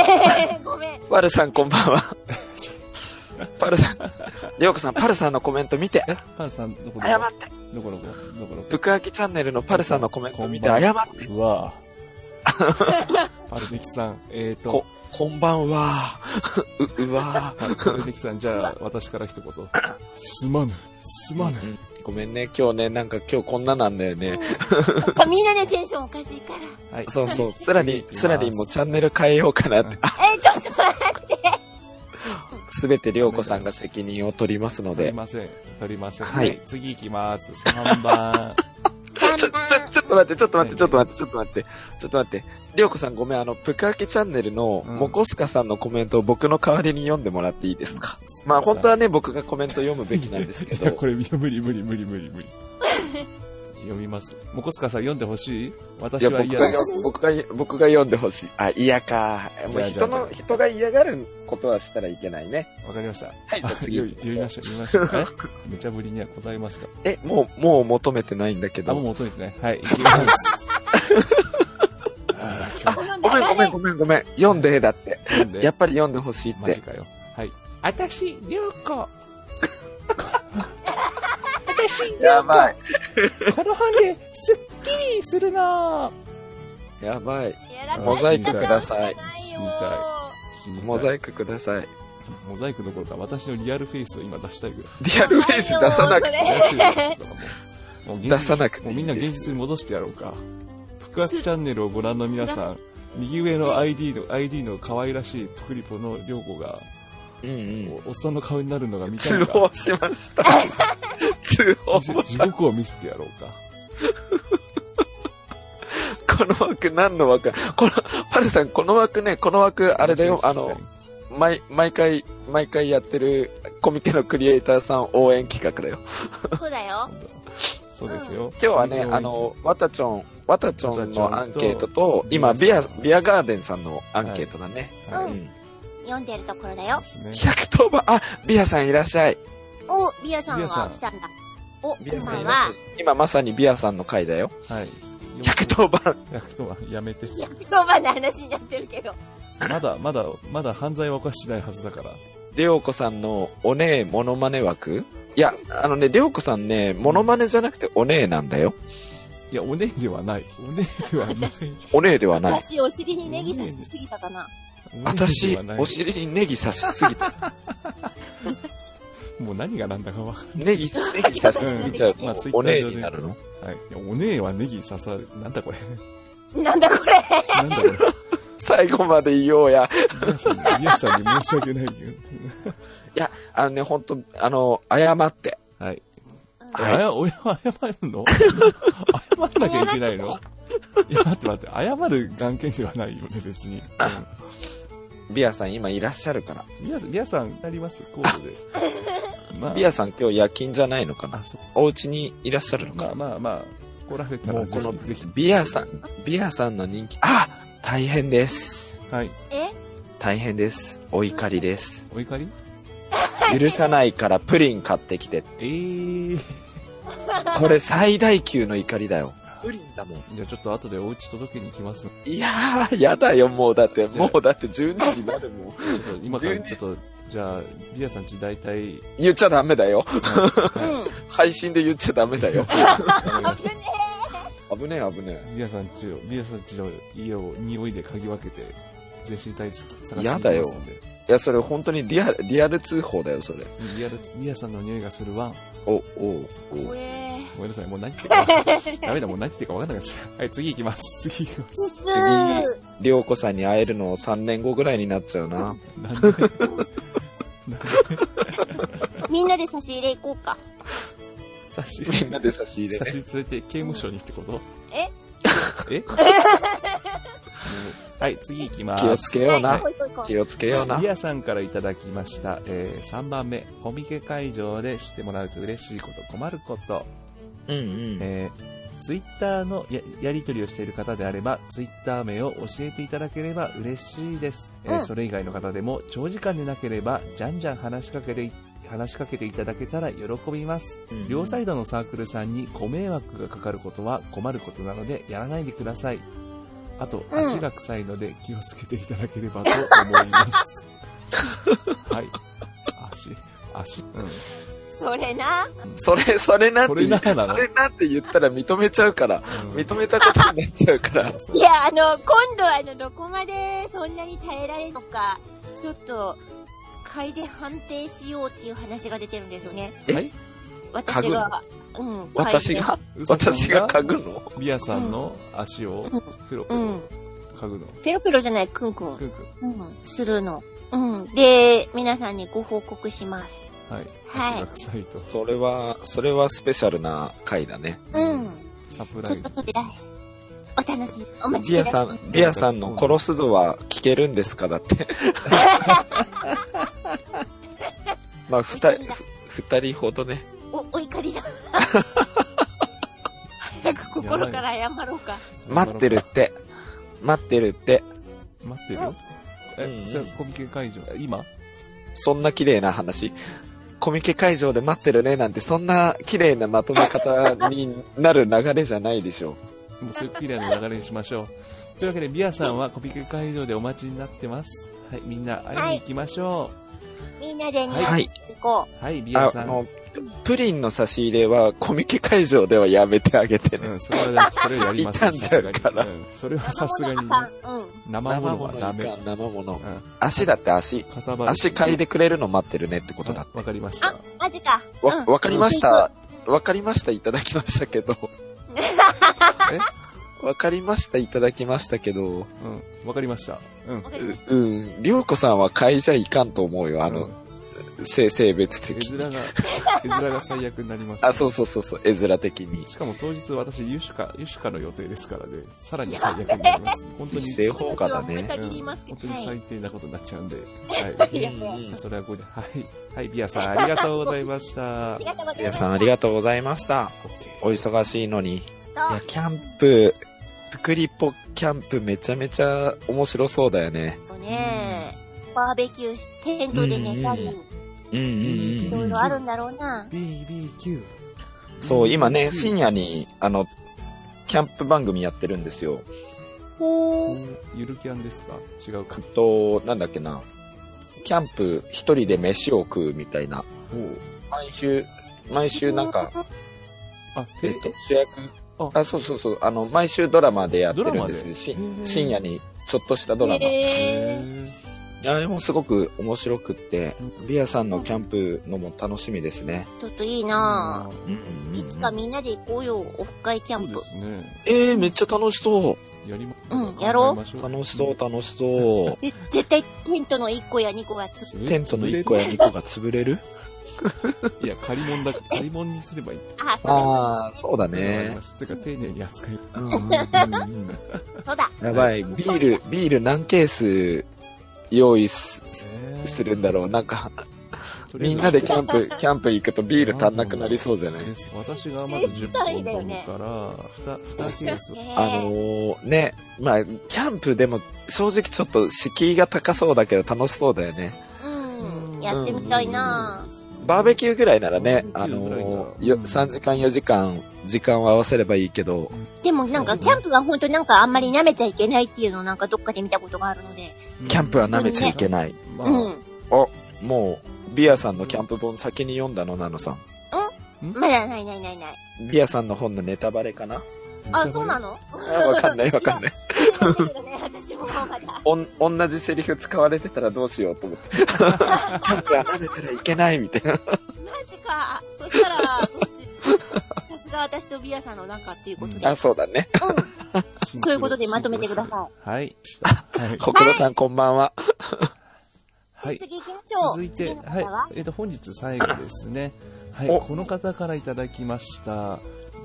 [SPEAKER 2] ごめん。
[SPEAKER 3] パルさんこんばんは。パルさん、りょうこさん、パルさんのコメント見て、
[SPEAKER 1] えパンさん、どこどこ
[SPEAKER 3] 謝って。
[SPEAKER 1] どこどこどこどこ
[SPEAKER 3] 福明チャンネルのパルさんのコメント見て、
[SPEAKER 1] こんば
[SPEAKER 3] 謝
[SPEAKER 1] ん
[SPEAKER 3] って。
[SPEAKER 1] うわ ぁ。パルネキさん、えーと
[SPEAKER 3] こ、こんばんは。 う、うわ。
[SPEAKER 1] パパルネキさん、じゃあ私から一言。すまぬ。すまぬ。
[SPEAKER 3] ごめんね、今日ね、なんか今日こんななんだよね。
[SPEAKER 2] やっぱみんなね、テンションおかしいから。
[SPEAKER 1] はい。
[SPEAKER 3] そうそう、スラリン、スラリンもチャンネル変えようかなって。 あ、
[SPEAKER 2] え、ちょっと待って。
[SPEAKER 3] すべてりょうこさんが責任を取りますの
[SPEAKER 1] 取り
[SPEAKER 3] で。
[SPEAKER 1] ません。取りません。は
[SPEAKER 3] はい
[SPEAKER 1] い。次行きます。3番。
[SPEAKER 3] ちょ、ちょ、ちょっと待って、ちょっと待って、ちょっと待って、ちょっと待って、ちょっと待って。りょうこさんごめん、あの、ぷかけチャンネルの
[SPEAKER 1] うん
[SPEAKER 3] もこすかさんのコメントを僕の代わりに読んでもらっていいですか まあ本当はね、僕がコメント読むべきなんですけ
[SPEAKER 1] いや、
[SPEAKER 3] ど
[SPEAKER 1] こ。れ無理無理無理無理無理。読みます。もこすかさん読んでほしい
[SPEAKER 3] い
[SPEAKER 1] 私
[SPEAKER 3] や、
[SPEAKER 1] は
[SPEAKER 3] 僕
[SPEAKER 1] 嫌
[SPEAKER 3] が
[SPEAKER 1] です。
[SPEAKER 3] 読、僕が、僕が読んでほしい。あ、嫌か。もう
[SPEAKER 1] じゃあ
[SPEAKER 3] 人の、
[SPEAKER 1] じゃあ
[SPEAKER 3] 人が嫌がることはしたらいけないね。
[SPEAKER 1] わかりました。
[SPEAKER 3] はい、じゃあ次
[SPEAKER 1] 読み
[SPEAKER 3] 行き
[SPEAKER 1] 読み
[SPEAKER 3] ま
[SPEAKER 1] ま
[SPEAKER 3] しょ
[SPEAKER 1] しょう、 読みましょう。え無茶ぶりにはございますが。
[SPEAKER 3] う。え、もう、もう求めてないんだけ
[SPEAKER 1] あ、もう
[SPEAKER 3] ど。
[SPEAKER 1] 求めてない。 はい、行きます。あー今日
[SPEAKER 2] ご
[SPEAKER 3] ごめんごめんごめんごめん。読んで、だって。
[SPEAKER 1] 読んで
[SPEAKER 3] やっぱり読んでほしいっ
[SPEAKER 1] マジ
[SPEAKER 3] て。
[SPEAKER 1] かよ。はい。あたし、りょうこ。私、りょ
[SPEAKER 3] や
[SPEAKER 1] うこ
[SPEAKER 3] ばい。
[SPEAKER 1] この本で、すっきりするの
[SPEAKER 3] やばい。
[SPEAKER 2] やらかした
[SPEAKER 1] モザイク
[SPEAKER 3] くださ
[SPEAKER 2] 顔し
[SPEAKER 3] い
[SPEAKER 2] かな
[SPEAKER 1] み
[SPEAKER 2] よ
[SPEAKER 1] たい
[SPEAKER 3] モザ
[SPEAKER 1] イ
[SPEAKER 3] イクください。
[SPEAKER 1] ク。モザイクどころか、私のリアルフェイスを今出したいぐらい。
[SPEAKER 3] リアルフェイス出さなくて。
[SPEAKER 1] リアルフェイスとかもうもう現実
[SPEAKER 3] 出さなくていいです
[SPEAKER 1] もうみんな現実に戻してやろうか。福和チャンネルをご覧の皆さん、右上の ID の、ID の可愛らしいプクリポの良子が、
[SPEAKER 3] うんうん。
[SPEAKER 1] おおっさんの顔になるのが見た
[SPEAKER 3] 通
[SPEAKER 1] いか
[SPEAKER 3] 報しました。通報。
[SPEAKER 1] じ地獄を見せてやろうか。
[SPEAKER 3] この枠何の枠この、パルさん、この枠ね、この枠、 あれだよ、あの、毎、毎回、毎回やってるコミケのクリエイターさん応援企画だよ。
[SPEAKER 2] そうだよ。
[SPEAKER 1] そうですよ。
[SPEAKER 3] 今日はね、あの、わたちょん、わたちょんのアンケートと、今、ビ
[SPEAKER 1] ビア
[SPEAKER 3] ア
[SPEAKER 1] さん、
[SPEAKER 3] ビアガーデンさんのアンケートだね。
[SPEAKER 1] はい、
[SPEAKER 2] うん読んでるところだよ
[SPEAKER 1] で。すね。
[SPEAKER 3] 110番、あ、ビアさんいらっしゃい。
[SPEAKER 2] お、ビアさん
[SPEAKER 1] ビアさ
[SPEAKER 2] は
[SPEAKER 1] ん
[SPEAKER 2] 来たんだ。お、こ
[SPEAKER 3] ビア
[SPEAKER 2] ん
[SPEAKER 3] さ
[SPEAKER 2] ば
[SPEAKER 3] ん
[SPEAKER 2] ん
[SPEAKER 3] いらっしゃ
[SPEAKER 2] は。
[SPEAKER 3] い。今まさにビアさんの回だよ。
[SPEAKER 1] はい。
[SPEAKER 3] 110番。
[SPEAKER 1] 110はやめて。
[SPEAKER 2] 110番の話になってるけど。
[SPEAKER 1] まだ、まだ、まだ犯罪は犯してないはずだから。
[SPEAKER 3] りょうこさんのおねえモノマネ枠いや、あのね、りょうこさんね、モノマネじゃなくておねえなんだよ。
[SPEAKER 1] いや、おねえではない。おねえではない。
[SPEAKER 3] おねえではない。
[SPEAKER 2] 私、お尻にネギ刺しすぎたかな。
[SPEAKER 1] おねえで
[SPEAKER 3] 私
[SPEAKER 1] はな、い
[SPEAKER 3] お尻にネギ刺しす ぎた。
[SPEAKER 1] もう何が何だかわかん
[SPEAKER 3] ネギ、ネギ刺しすぎちゃう
[SPEAKER 1] まあ
[SPEAKER 3] と、
[SPEAKER 1] Twitter
[SPEAKER 3] おねえになるの
[SPEAKER 1] ない。いやおねえはネギ刺さる。なんだこれ。
[SPEAKER 2] なんだこれ。
[SPEAKER 1] なんだこれ。
[SPEAKER 3] 最後まで言おうや。
[SPEAKER 1] リアさんに、リアさんに申し訳ないけ
[SPEAKER 3] いや、あのね、ほんと、あの、謝って。
[SPEAKER 1] ど。はい。
[SPEAKER 3] はい
[SPEAKER 1] あや、俺は謝る の謝らなきゃいけないのいや、待って待って。謝る眼見ではないよね、別に。
[SPEAKER 3] ビアさん今いらっしゃるから。
[SPEAKER 1] うんリアさん、リアさん、ありますコード で。ま
[SPEAKER 3] ビアさん今日夜勤じゃないのか
[SPEAKER 1] あ
[SPEAKER 3] な、
[SPEAKER 1] そう
[SPEAKER 3] お家にいらっしゃるのか
[SPEAKER 1] まあまあまあ、来られた
[SPEAKER 3] も
[SPEAKER 1] ら
[SPEAKER 3] うこ
[SPEAKER 1] ぜ
[SPEAKER 3] の
[SPEAKER 1] ひ、ぜひ。
[SPEAKER 3] ビアさん、ビアさんの人気、あ大変です。
[SPEAKER 1] はい。
[SPEAKER 2] え
[SPEAKER 3] 大変です。お怒りです。
[SPEAKER 1] お怒り
[SPEAKER 3] 許さないからプリン買ってきて。
[SPEAKER 1] えー。
[SPEAKER 3] これ最大級の怒りだよ。プリンだもん。
[SPEAKER 1] じゃあちょっと後でお家届けに行きます。
[SPEAKER 3] いやー、やだよ、もうだって、もうだって12時になるもん。
[SPEAKER 1] ちょっと今から
[SPEAKER 3] 12
[SPEAKER 1] ちょっと、じゃあ、リアさんち大 体、
[SPEAKER 3] 言っちゃダメだよ。
[SPEAKER 2] う
[SPEAKER 1] は
[SPEAKER 2] ん。
[SPEAKER 3] 配信で言っちゃダメだよ。
[SPEAKER 1] い
[SPEAKER 2] 危ね
[SPEAKER 3] 危ねえ、危ね
[SPEAKER 1] リアさんちを、リアさんちの家を匂いで嗅ぎ分けて、全身体質探して
[SPEAKER 3] やだよ
[SPEAKER 1] きますんで。
[SPEAKER 3] え。いや、それ本当にリアル、リアル通報だよ、それ。
[SPEAKER 1] リアル、リアさんの匂いがするワン。
[SPEAKER 3] お、お、
[SPEAKER 2] え。
[SPEAKER 3] お
[SPEAKER 2] う。え
[SPEAKER 1] ごめんなさい、もう何言ってるか。ダメだ、もう何言ってるか分かんなくなっちゃったはい、次行きます。次行きます。
[SPEAKER 2] すー。
[SPEAKER 3] りょうこさんに会えるの3年後ぐらいになっちゃうな。
[SPEAKER 1] なんで
[SPEAKER 2] みんなで差し入れ行こうか。
[SPEAKER 1] 差し
[SPEAKER 3] み
[SPEAKER 1] 入
[SPEAKER 3] ん
[SPEAKER 1] れ
[SPEAKER 3] な、で差し入れ
[SPEAKER 1] 差
[SPEAKER 3] ね
[SPEAKER 1] し。入れ連れて刑務所にってこと
[SPEAKER 2] え
[SPEAKER 1] えもうはい、次行きます。
[SPEAKER 3] 気をつけよう
[SPEAKER 2] はい
[SPEAKER 3] な
[SPEAKER 2] 行こ。う行こう行こ
[SPEAKER 3] 気をつけような
[SPEAKER 1] リ。アさんからいただきました。えー、3番目、コミケ会場でしてもらうと嬉しいこと、困ること。
[SPEAKER 3] うんうん。
[SPEAKER 1] えー、ツイッターのややり取りをしている方であれば、ツイッター名を教えていただければ嬉しいです。えー
[SPEAKER 2] うん
[SPEAKER 1] それ以外の方でも、長時間でなければ、じゃんじゃん話しかけて、話しかけていただけたら喜びます。両サイドのサークルさんにご迷惑がかかることは困ることなのでやらないでください。あと、
[SPEAKER 2] うん
[SPEAKER 1] 足が臭いので気をつけていただければと思い ます。はい。足、足、う
[SPEAKER 2] うそれな。
[SPEAKER 1] ん。
[SPEAKER 3] それ、それなって言う、
[SPEAKER 1] それななの
[SPEAKER 3] それなって言ったら認めちゃうから、
[SPEAKER 1] うん
[SPEAKER 3] 認めたことになっちゃうから。
[SPEAKER 1] そう
[SPEAKER 2] いや、あの、今度はあの、どこまでそんなに耐えられるのか、ちょっと、いで判定しようっていう話が出てるんですよね。
[SPEAKER 3] え
[SPEAKER 1] はい
[SPEAKER 2] 私が、うん、
[SPEAKER 3] 私
[SPEAKER 2] 嗅い
[SPEAKER 3] が、
[SPEAKER 1] うささん
[SPEAKER 3] 私が嗅ぐの
[SPEAKER 1] リアさんの足をペロペ
[SPEAKER 2] で。
[SPEAKER 1] ロ
[SPEAKER 2] うん。
[SPEAKER 1] 嗅ぐの。
[SPEAKER 2] ペロペロじゃない、クンクン。
[SPEAKER 1] くんくん。
[SPEAKER 2] うん、するの。うん。で、皆さんにご報告します。
[SPEAKER 1] はい。
[SPEAKER 2] は
[SPEAKER 1] 足
[SPEAKER 2] い
[SPEAKER 1] が臭いと。
[SPEAKER 3] それは、それはスペシャルな回だね。
[SPEAKER 2] うん。
[SPEAKER 1] サプラ
[SPEAKER 2] ちょ
[SPEAKER 1] イ
[SPEAKER 2] っ
[SPEAKER 1] ズ
[SPEAKER 2] と。それだ。お楽しみ、お待ち
[SPEAKER 3] リ
[SPEAKER 2] くだ
[SPEAKER 3] アさ
[SPEAKER 2] さい。
[SPEAKER 3] ん、リアさんの殺すぞは聞けるんですかだって。まあ、
[SPEAKER 2] お
[SPEAKER 3] 二
[SPEAKER 2] 怒り
[SPEAKER 3] 人
[SPEAKER 2] だ、
[SPEAKER 3] 二人ほどね。
[SPEAKER 2] お、お怒りだ。早く心から謝ろうか。
[SPEAKER 3] 待ってるって。待ってるって。
[SPEAKER 1] 待ってる
[SPEAKER 3] うんう
[SPEAKER 1] え、
[SPEAKER 3] ん
[SPEAKER 1] それコミケ会場、今
[SPEAKER 3] そんな綺麗な話。コミケ会場で待ってるねなんて、そんな綺麗なまとめ方になる流れじゃないでしょ
[SPEAKER 1] もうそういう綺麗な流れにしましょう。 というわけで、ビアさんはコピケ会場でお待ちになってます。はい、みんな会いに行きましょ
[SPEAKER 2] みんなで
[SPEAKER 3] う。
[SPEAKER 2] ね、
[SPEAKER 3] はい。
[SPEAKER 2] 行こ
[SPEAKER 1] う。はい、ビア
[SPEAKER 3] あ
[SPEAKER 1] さん。
[SPEAKER 3] の、プリンの差し入れはコミケ会場ではやめてあげて
[SPEAKER 1] う
[SPEAKER 3] ね。
[SPEAKER 1] ん、それは、それはやり ます。
[SPEAKER 3] 傷ん
[SPEAKER 1] さ
[SPEAKER 3] じゃ
[SPEAKER 1] す
[SPEAKER 3] う
[SPEAKER 1] がに。
[SPEAKER 3] から
[SPEAKER 1] うん、それ
[SPEAKER 2] う。
[SPEAKER 1] はさすがにね、
[SPEAKER 2] 生 物は
[SPEAKER 1] 生ものはダメ。
[SPEAKER 3] いか
[SPEAKER 1] うん
[SPEAKER 3] 生物。足だって足。
[SPEAKER 1] ん、かさばる。
[SPEAKER 3] 足嗅いでくれるの待ってるねってことだっ
[SPEAKER 1] あわ
[SPEAKER 3] て。
[SPEAKER 1] かりました。
[SPEAKER 2] うん。マジか。
[SPEAKER 3] わ、
[SPEAKER 2] うん
[SPEAKER 3] わかりました。わかりました。いただきましたけど。 わかりました。いただきましたけど。
[SPEAKER 1] うん、わかりました。うん
[SPEAKER 2] わ。かりまし
[SPEAKER 3] う、うん。りょうこさんは嗅いじゃいかんと思うよ。あ
[SPEAKER 1] う
[SPEAKER 3] の
[SPEAKER 1] ん、、
[SPEAKER 3] 性、性別
[SPEAKER 1] 絵
[SPEAKER 3] 的に。
[SPEAKER 1] 面 が、絵面が最悪になります。
[SPEAKER 3] あ、そうそうそうそう。絵面的に。
[SPEAKER 1] しかも当日私、ユシカ、ユシカの予定ですからね、さらに最悪になります。本当に、
[SPEAKER 3] 正
[SPEAKER 1] う
[SPEAKER 3] 方
[SPEAKER 2] た。
[SPEAKER 3] 形だね。
[SPEAKER 1] ん
[SPEAKER 2] 限りますけ
[SPEAKER 1] 本当に
[SPEAKER 2] ど。はい
[SPEAKER 1] 最低なことになっちゃうんで。はい
[SPEAKER 2] いやいや
[SPEAKER 1] それはこれではい。はい、ビアさん、ありがとうございました。
[SPEAKER 2] ありがとうござい
[SPEAKER 3] 皆
[SPEAKER 2] ます。
[SPEAKER 3] さんありがとうございました。お
[SPEAKER 1] OK
[SPEAKER 3] 忙しいのに。い
[SPEAKER 2] そ
[SPEAKER 3] や
[SPEAKER 2] う、
[SPEAKER 3] キャンプ、プクリポキャンプめちゃめちゃ面白そうだよね。
[SPEAKER 2] そうねバーベキューし、テントで寝たり、
[SPEAKER 3] うん
[SPEAKER 2] い
[SPEAKER 3] うん
[SPEAKER 1] うん
[SPEAKER 2] ろいろあるんだろうな。
[SPEAKER 1] BBQ。
[SPEAKER 3] そう、今ね、深
[SPEAKER 1] 夜。
[SPEAKER 3] 夜に、あの、キャンプ番組やってるんですよ。
[SPEAKER 2] ほー。
[SPEAKER 1] ゆるキャンですか違うか。
[SPEAKER 3] と、なんだっけな。キャンプ一人で飯を食うみたいな。
[SPEAKER 1] おう
[SPEAKER 3] 毎週、毎週なんか、
[SPEAKER 1] あ、
[SPEAKER 3] え
[SPEAKER 1] テ
[SPEAKER 3] っと、主役
[SPEAKER 1] あ、
[SPEAKER 3] あ、そうそうそう、あの、毎週ドラマでやってるんです
[SPEAKER 1] ドラマで
[SPEAKER 3] よ。し
[SPEAKER 1] へー
[SPEAKER 3] 深夜に、ちょっとしたドラマ。
[SPEAKER 2] へー。
[SPEAKER 1] え
[SPEAKER 3] いや、でもすごく面白くって、リアさんのキャンプのも楽しみですね。
[SPEAKER 2] ちょっといいなぁ。
[SPEAKER 3] うん
[SPEAKER 2] いつかみんなで行こうよ、オフ会キャ
[SPEAKER 1] そ
[SPEAKER 2] ン
[SPEAKER 1] うで
[SPEAKER 2] プ。
[SPEAKER 1] すね。
[SPEAKER 3] えー、めっちゃ楽しそ
[SPEAKER 1] やりま、
[SPEAKER 2] うんやろう
[SPEAKER 1] う
[SPEAKER 3] う。楽しそう、楽しそ
[SPEAKER 2] え絶対テントの1個や2個がつ
[SPEAKER 3] う。テントの1個や2個が潰れる
[SPEAKER 1] いや、借り物だ、借り物にすればいい。
[SPEAKER 2] あ、そ
[SPEAKER 3] ああ、そうだね。
[SPEAKER 1] てか、丁寧に扱い。
[SPEAKER 3] うんうんうんうん
[SPEAKER 2] うだ、そうだ。
[SPEAKER 3] やばい、ビール、ビール何ケース用意すするんだろう。なんか、みんなでキャン プ、キャンプ行くとビール足んなくなりそうじゃない
[SPEAKER 1] です私がまず10本飲むから、ふた、2ケース。
[SPEAKER 3] あ
[SPEAKER 2] えー
[SPEAKER 3] のー、ね、まあ、キャンプでも正直ちょっと敷居が高そうだけど楽しそうだよね。
[SPEAKER 2] うん、やってみたいなぁ。
[SPEAKER 3] バーベキューぐらいならね、
[SPEAKER 1] バ
[SPEAKER 3] あ
[SPEAKER 1] ーベキューぐらいなら
[SPEAKER 3] のー、よ
[SPEAKER 1] うん
[SPEAKER 3] 3時間4時間、時間を合わせればいいけど、
[SPEAKER 2] でもなんか、キャンプはほんとなんかあんまり舐めちゃいけないっていうのをなんかどっかで見たことがあるので。
[SPEAKER 3] キャンプは舐めちゃいけない。
[SPEAKER 1] ま
[SPEAKER 2] う
[SPEAKER 1] あ、
[SPEAKER 2] ん。
[SPEAKER 3] もう、ビアさんのキャンプ本先に読んだのなのさん。
[SPEAKER 2] まだないないないない。
[SPEAKER 3] ビアさんの本のネタバレかな
[SPEAKER 2] あ、そうなの
[SPEAKER 3] あわかんないわかんない。
[SPEAKER 2] だけどね、私もまだ。
[SPEAKER 3] おん、同じセリフ使われてたらどうしようと思って。キャンプは舐めたらいけないみたいな。
[SPEAKER 2] マジか。そしたら、どうしようさすが私とビアさんのなんかっていうことで。
[SPEAKER 3] あ、そうだね。
[SPEAKER 2] うん。そういうことでまとめてくださ
[SPEAKER 1] い。はい。はい。
[SPEAKER 3] ほくろさんこんばんは。
[SPEAKER 1] はい。
[SPEAKER 2] 次行きましょう。
[SPEAKER 1] 続いて、
[SPEAKER 2] 次の方
[SPEAKER 1] はい。えっ、と、本日最後ですね。はい。
[SPEAKER 3] お
[SPEAKER 1] この方からいただきました。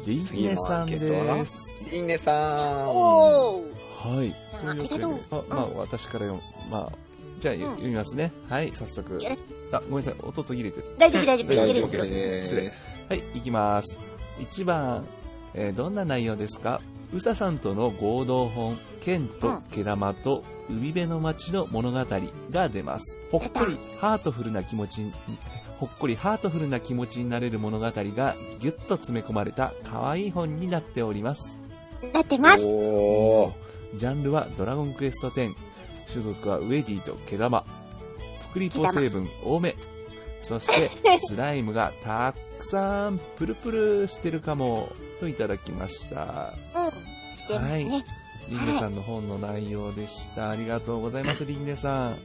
[SPEAKER 1] リンネさん
[SPEAKER 3] 次のアンケートは
[SPEAKER 1] です。
[SPEAKER 3] いいねさん。
[SPEAKER 2] おー。
[SPEAKER 1] はい。
[SPEAKER 2] さんありがとう
[SPEAKER 1] あ、まあ、
[SPEAKER 2] う
[SPEAKER 1] 私から読む。まあ、じゃあ、
[SPEAKER 2] ん
[SPEAKER 1] 読みますね。はい、早速
[SPEAKER 2] よろ。
[SPEAKER 1] あ、ごめんなさい、音途切れてる。
[SPEAKER 2] 大丈夫、大丈夫、
[SPEAKER 1] 大
[SPEAKER 2] い
[SPEAKER 1] 丈夫
[SPEAKER 2] けるい
[SPEAKER 1] オッケ
[SPEAKER 2] け
[SPEAKER 1] ー
[SPEAKER 2] る。
[SPEAKER 1] 失礼はい、いきます。1番、えーどんな内容ですか宇佐さんとの合同本、剣
[SPEAKER 2] う
[SPEAKER 1] と
[SPEAKER 2] ん
[SPEAKER 1] 毛玉と海辺の街の物語が出ます。ほっこり、ハートフルな気持ちに、ほっこりハートフルな気持ちになれる物語がぎゅっと詰め込まれた可愛い本になっております。
[SPEAKER 2] なってます。
[SPEAKER 3] おー。
[SPEAKER 1] ジャンルはドラゴンクエスト10。種族はウェディと毛玉。プクリポ成分多め。そ して、スライムがたくさんプルプルしてるかも。といただきました。
[SPEAKER 2] うん。してますね。
[SPEAKER 1] はリンネさんの本の内容でした。ありがとうございます、リンネさん。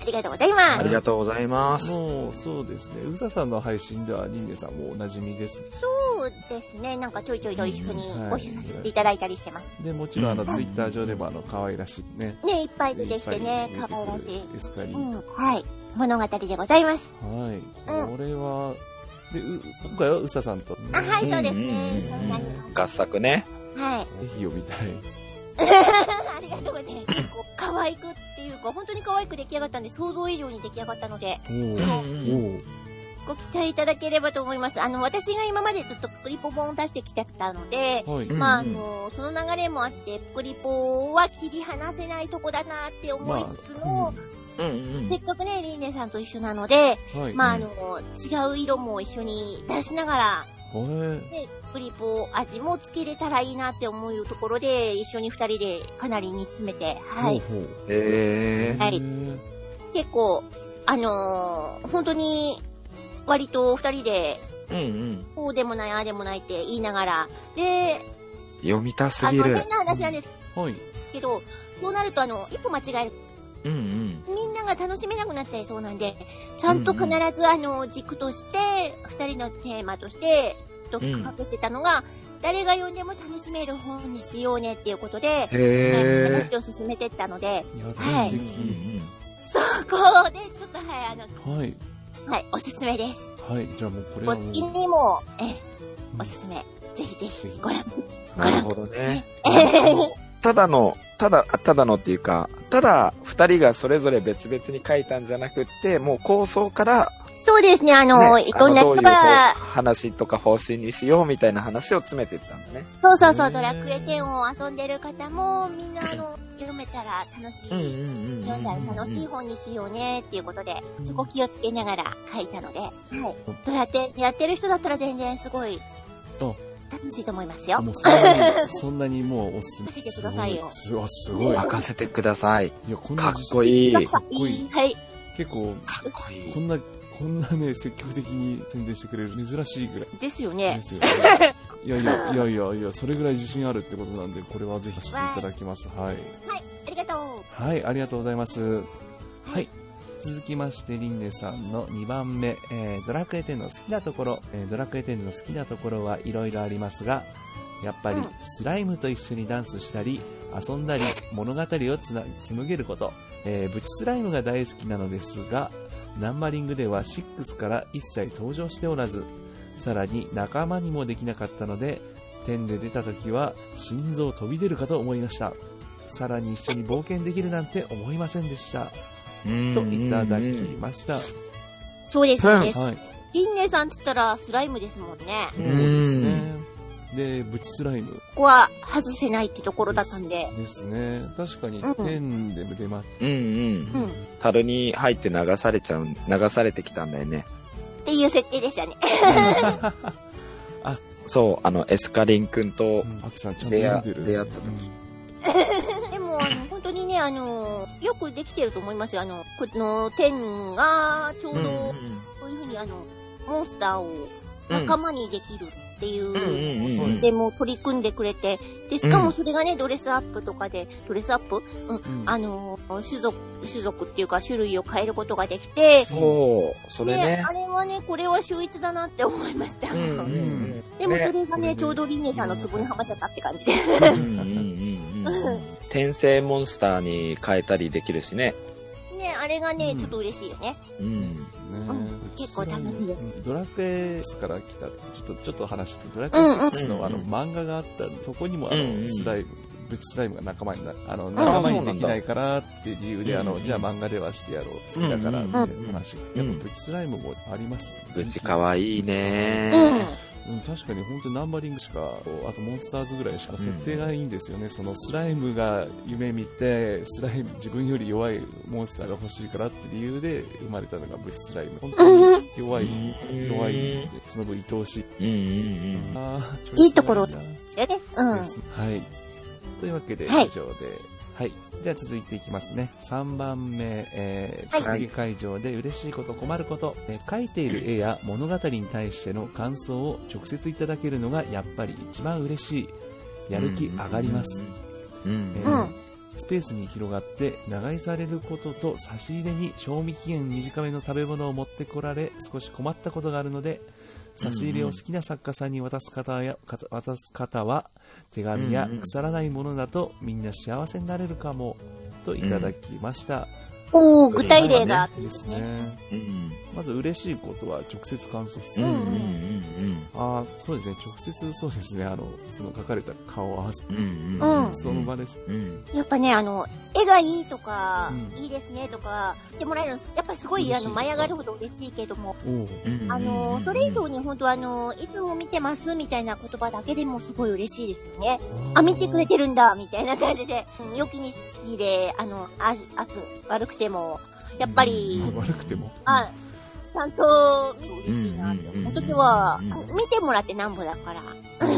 [SPEAKER 2] ありがとうございます。
[SPEAKER 3] ありがとうございます。
[SPEAKER 1] もう、そうですね。うささんの配信ではリンネさんもおなじみです。
[SPEAKER 2] そうですね。なんかちょいちょいと一緒に
[SPEAKER 1] うんはい
[SPEAKER 2] ご一緒させていただいたりしてます。
[SPEAKER 1] で、もちろん、あの、
[SPEAKER 3] うん
[SPEAKER 1] ツイッター上でも、あの、可愛らしいね。
[SPEAKER 2] ね、いっぱい出てきてね、
[SPEAKER 1] っぱ
[SPEAKER 2] 可愛ら
[SPEAKER 1] 出てく
[SPEAKER 2] し
[SPEAKER 1] る
[SPEAKER 2] い。
[SPEAKER 1] エスカリー
[SPEAKER 2] うん。はい。物語でございます。
[SPEAKER 1] はい。これは、で、う、今回はうささんと、ね、
[SPEAKER 2] あ、はい、そうですね。
[SPEAKER 3] うん
[SPEAKER 2] 一緒になります。
[SPEAKER 3] 合作ね。
[SPEAKER 2] はい。
[SPEAKER 1] ぜひ読みたい。
[SPEAKER 2] ありがとうございます。結構可愛くっていうか、本当に可愛く出来上がったんで、想像以上に出来上がったので、
[SPEAKER 1] お
[SPEAKER 3] うんうん
[SPEAKER 1] お
[SPEAKER 2] ご期待いただければと思います。あの、私が今までずっとプリポ本を出してきてたので、
[SPEAKER 1] おはい。
[SPEAKER 3] うん
[SPEAKER 2] まあ、あの、その流れもあって、プリポは切り離せないとこだなって思いつつも、
[SPEAKER 3] うんうん
[SPEAKER 2] せっかくね、リンネさんと一緒なので、
[SPEAKER 1] はい。
[SPEAKER 2] まあ、あの、違う色も一緒に出しながら、
[SPEAKER 1] はい。
[SPEAKER 2] ね、プリポ味もつけれたらいいなって思うところで、一緒に二人でかなり煮詰めて、は
[SPEAKER 1] ほう
[SPEAKER 2] い。
[SPEAKER 1] ほう。
[SPEAKER 3] えー。
[SPEAKER 2] はい
[SPEAKER 1] へー
[SPEAKER 2] 結構、あのー本当に、割と二人で、
[SPEAKER 3] うんうん。
[SPEAKER 2] こうでもない、ああでもないって言いながら、で、
[SPEAKER 3] 読みたす
[SPEAKER 2] あ
[SPEAKER 3] ぎ
[SPEAKER 2] の、変
[SPEAKER 3] る
[SPEAKER 2] な。話なんです
[SPEAKER 1] はい。
[SPEAKER 2] けど、そうなるとあの、一歩間違える、
[SPEAKER 3] うんうん。
[SPEAKER 2] みんなが楽しめなくなっちゃいそうなんで、ちゃんと必ずあの、軸として、二人のテーマとして、ずっとかけてたのが、誰が読んでも楽しめる本にしようねっていうことで、
[SPEAKER 3] へ
[SPEAKER 2] 話を進めてったので、
[SPEAKER 1] いや、
[SPEAKER 2] は
[SPEAKER 1] 素
[SPEAKER 2] い
[SPEAKER 3] ー。
[SPEAKER 1] 敵。
[SPEAKER 2] そこで、ちょっとはい、あの、
[SPEAKER 1] はい。
[SPEAKER 2] はい、おすすめです。
[SPEAKER 1] はい。じゃあもうこれ
[SPEAKER 2] お
[SPEAKER 1] はもう、
[SPEAKER 2] 気にも、ええ
[SPEAKER 1] うん
[SPEAKER 2] おすすめ。ぜひぜ
[SPEAKER 1] ぜ
[SPEAKER 2] ひ
[SPEAKER 1] ひ、
[SPEAKER 2] ご覧く
[SPEAKER 3] なるほどね。
[SPEAKER 2] ださい。
[SPEAKER 3] ただの、ただ、ただのっていうか、ただ、二人がそれぞれ別々に書いたんじゃなくって、もう構想から、
[SPEAKER 2] そうですね、あの、
[SPEAKER 3] ね
[SPEAKER 2] いろんな
[SPEAKER 3] あの
[SPEAKER 2] 人
[SPEAKER 3] どういう
[SPEAKER 2] が、
[SPEAKER 3] 話とか方針にしようみたいな話を詰めていったんだね。
[SPEAKER 2] そうそう
[SPEAKER 1] へ
[SPEAKER 2] そう、
[SPEAKER 1] ー
[SPEAKER 2] ドラクエ10を遊んでる方も、みんなあの、読めたら楽しい。
[SPEAKER 3] ん
[SPEAKER 2] 読んだら楽しい本にしようねっていうことで、そこ気をつけながら書いたので、はい。ドラテンやってる人だったら全然すごい
[SPEAKER 1] あ、
[SPEAKER 2] 楽しいと思いますよ。
[SPEAKER 1] もうそんな に、そんなにもうおすすめ。
[SPEAKER 2] 任せてくださいよ
[SPEAKER 1] すごいすごい。い
[SPEAKER 3] 任せてください。
[SPEAKER 1] や、こん
[SPEAKER 3] か
[SPEAKER 1] な
[SPEAKER 3] っ、こいい。
[SPEAKER 2] かっ
[SPEAKER 3] か
[SPEAKER 2] こいい。はい。
[SPEAKER 1] 結構、
[SPEAKER 3] っこい
[SPEAKER 1] こ
[SPEAKER 3] い。
[SPEAKER 1] んな、こんなね、積極的に宣伝してくれる、珍しいぐらい
[SPEAKER 2] ですよ
[SPEAKER 1] で
[SPEAKER 2] ね。
[SPEAKER 1] すよね。いやいや、いやいやいや、それぐらい自信あるってことなんで、これはぜひ知っていただきます。はい。
[SPEAKER 2] ありがと
[SPEAKER 1] はい、ありがとうございます。
[SPEAKER 2] い
[SPEAKER 1] はい。続きまして、リンネさんの2番目、えードラクエ10の好きなところ、えードラクエ10の好きなところはいろいろありますが、やっぱり
[SPEAKER 2] うん
[SPEAKER 1] スライムと一緒にダンスしたり、遊んだり、物語をつな紡げること、えーブチスライムが大好きなのですが、ナンバリングでは6から一切登場しておらず、さらに仲間にもできなかったので、点で出た時は心臓飛び出るかと思いました。さらに一緒に冒険できるなんて思いませんでした。といただきました。
[SPEAKER 2] う。そうですよね。
[SPEAKER 1] はい。
[SPEAKER 2] リンネさんっつったらスライムですもんね。
[SPEAKER 1] そうですね。で、ブチスライム
[SPEAKER 2] ここは外せないってところだったんで。
[SPEAKER 1] ですね。確かに
[SPEAKER 2] うん
[SPEAKER 1] 天でも出ま、
[SPEAKER 3] うんうん。
[SPEAKER 2] うん。っ
[SPEAKER 3] 樽に入って流されちゃう、流されてきたんだよね。
[SPEAKER 2] ていう設定でしたね。
[SPEAKER 3] そう、あの、エスカリン君と
[SPEAKER 1] う、んアキさんちゃんと
[SPEAKER 3] 出
[SPEAKER 1] 読
[SPEAKER 3] 会
[SPEAKER 1] んでる。
[SPEAKER 3] 出会った時
[SPEAKER 2] でも、あの、本当にね、あの、よくできてると思いますよ。あの、この天が、ちょうど、こういうふうに、あの、モンスターを仲間にできるってい
[SPEAKER 3] んうんうんう
[SPEAKER 2] う、
[SPEAKER 3] ん
[SPEAKER 2] システムを取り組んでくれて、で、しかもそれがね、ドレスアップとかで、ドレスアップ
[SPEAKER 1] うん
[SPEAKER 2] あの、種族、種族っていうか、種類を変えることができて、
[SPEAKER 3] そう、それね
[SPEAKER 2] ね、。あれはね、これは秀逸だなって思いました。
[SPEAKER 1] ん
[SPEAKER 2] でもそれがね、
[SPEAKER 3] ね
[SPEAKER 2] ちょうどリンネさんのツボにはまっちゃったって感じで。
[SPEAKER 3] うんうんうんうん転生モンスターに変えたりできるしね。
[SPEAKER 2] ね、あれが
[SPEAKER 1] う
[SPEAKER 2] ね、
[SPEAKER 1] ん
[SPEAKER 2] ちょっと嬉しいよね。
[SPEAKER 3] うん。
[SPEAKER 2] うん
[SPEAKER 1] ブチス
[SPEAKER 2] 結構
[SPEAKER 1] ライ
[SPEAKER 2] 楽
[SPEAKER 1] ム
[SPEAKER 2] しいです
[SPEAKER 1] ドラクエスから来たって、ちょっと、ちょっと話して、ドラクエ
[SPEAKER 2] うんうん
[SPEAKER 1] スのあの漫画があったんで、そこにもあ
[SPEAKER 3] うんう
[SPEAKER 1] の、
[SPEAKER 3] ん
[SPEAKER 1] スライム、プチスライムが仲間にな、あの、
[SPEAKER 3] あ
[SPEAKER 1] 仲間
[SPEAKER 3] そ
[SPEAKER 1] に
[SPEAKER 3] う
[SPEAKER 1] で
[SPEAKER 3] なん
[SPEAKER 1] き
[SPEAKER 3] だ
[SPEAKER 1] ないからっていう理由で、あ
[SPEAKER 3] うん
[SPEAKER 1] の
[SPEAKER 3] う、ん
[SPEAKER 1] じゃあ漫画ではしてやろう。好きだからっていう話。
[SPEAKER 3] う
[SPEAKER 1] や
[SPEAKER 3] ん
[SPEAKER 1] っぱプチスライムもありますね。
[SPEAKER 3] うちかわいいね
[SPEAKER 2] うん。
[SPEAKER 1] うん、確かに本当にナンバリングしか、あとモンスターズぐらいしか設定がいいんですよね。そのスライムが夢見て、スライム、自分より弱いモンスターが欲しいからって理由で生まれたのがブチスライム。本当に弱い、弱いんで、その分愛おしい。
[SPEAKER 3] うんうん
[SPEAKER 1] あー
[SPEAKER 2] いいところを
[SPEAKER 1] チョイスがいいな
[SPEAKER 2] ですよね。うん。
[SPEAKER 1] ですはい。というわけで、以
[SPEAKER 2] はい
[SPEAKER 1] 上で。はい。じゃあ続いていきますね。3番目、え
[SPEAKER 2] は
[SPEAKER 1] ー、
[SPEAKER 2] い
[SPEAKER 1] 会議会場で嬉しいこと、困ること、えー書いている絵や物語に対しての感想を直接いただけるのがやっぱり一番嬉しい。
[SPEAKER 3] うん。
[SPEAKER 1] やる気上がります。。
[SPEAKER 3] うん
[SPEAKER 1] えー
[SPEAKER 2] うん
[SPEAKER 1] スペースに広がって、長居されることと差し入れに賞味期限短めの食べ物を持ってこられ、少し困ったことがあるので、差し入れを好きな作家さんに渡す方や、か渡す方は、手紙や
[SPEAKER 3] うんうん
[SPEAKER 1] 腐らないものだとみんな幸せになれるかも、といただきました。
[SPEAKER 2] おお具体例があって
[SPEAKER 1] で
[SPEAKER 2] ですすね。
[SPEAKER 1] ね。
[SPEAKER 3] うん
[SPEAKER 1] まず嬉しいことは直接感想です
[SPEAKER 3] うんう
[SPEAKER 1] ね。
[SPEAKER 3] ん
[SPEAKER 1] ああ、そうですね。直接そうですね。あの、その書かれた顔を合わせ、
[SPEAKER 3] うんうん。
[SPEAKER 2] うん
[SPEAKER 1] その場です
[SPEAKER 3] うん。
[SPEAKER 2] やっぱね、あの、絵がいいとか、
[SPEAKER 1] うん
[SPEAKER 2] いいですねとか、言ってもらえるの、やっぱすごい、
[SPEAKER 1] 嬉し
[SPEAKER 2] あ
[SPEAKER 1] いです
[SPEAKER 2] の、
[SPEAKER 1] か
[SPEAKER 2] 舞い上がるほど嬉しいけども、
[SPEAKER 1] おう
[SPEAKER 3] うん
[SPEAKER 2] あの、それ以上に本当あの、いつも見てますみたいな言葉だけでもすごい嬉しいですよね。あ、見てくれてるんだみたいな感じで、うん良きにしきで、あの、あ、あく、悪くても、やっぱり、
[SPEAKER 1] うん悪くても。
[SPEAKER 2] あ、ちゃんと見て嬉しいなって
[SPEAKER 3] うんうんうん
[SPEAKER 2] 思う時は、あ
[SPEAKER 3] うん
[SPEAKER 2] 見てもらってなんぼだから、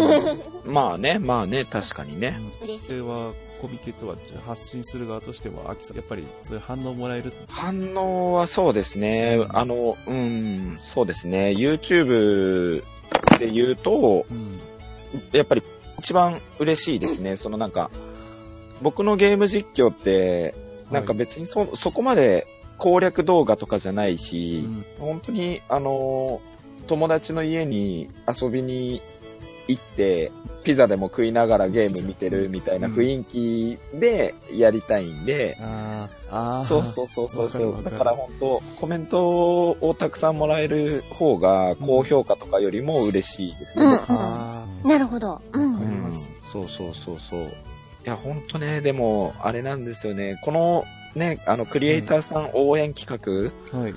[SPEAKER 3] まあね、まあね、確かにね。
[SPEAKER 2] 嬉
[SPEAKER 1] そ
[SPEAKER 2] しい。
[SPEAKER 1] れはコミケとは発信する側としては、秋さん、やっぱりそういう反応もらえるって
[SPEAKER 3] 反応はそうですね。あの、うん、そうですね。YouTube で言うと、
[SPEAKER 1] うん。
[SPEAKER 3] やっぱり一番嬉しいですね。そのなんか、僕のゲーム実況って、なんか別にそ、そこまで攻略動画とかじゃないし、
[SPEAKER 1] うん
[SPEAKER 3] 本当に、あのー友達の家に遊びに行って、ピザでも食いながらゲーム見てるみたいな雰囲気でやりたいんで、
[SPEAKER 1] あーあー。
[SPEAKER 3] そうそうそうそうそ
[SPEAKER 1] わ
[SPEAKER 3] う。
[SPEAKER 1] かるわか
[SPEAKER 3] だ
[SPEAKER 1] る
[SPEAKER 3] から本当、コメントをたくさんもらえる方が、高評価とかよりも嬉しいですね。
[SPEAKER 2] うん
[SPEAKER 1] あ
[SPEAKER 2] なるほど。うん。
[SPEAKER 1] わかります
[SPEAKER 3] そうそうそうそう。いや、ほんとね、でも、あれなんですよね。この、ね、あの、クリエイターさん応援企画、
[SPEAKER 1] あ。はい。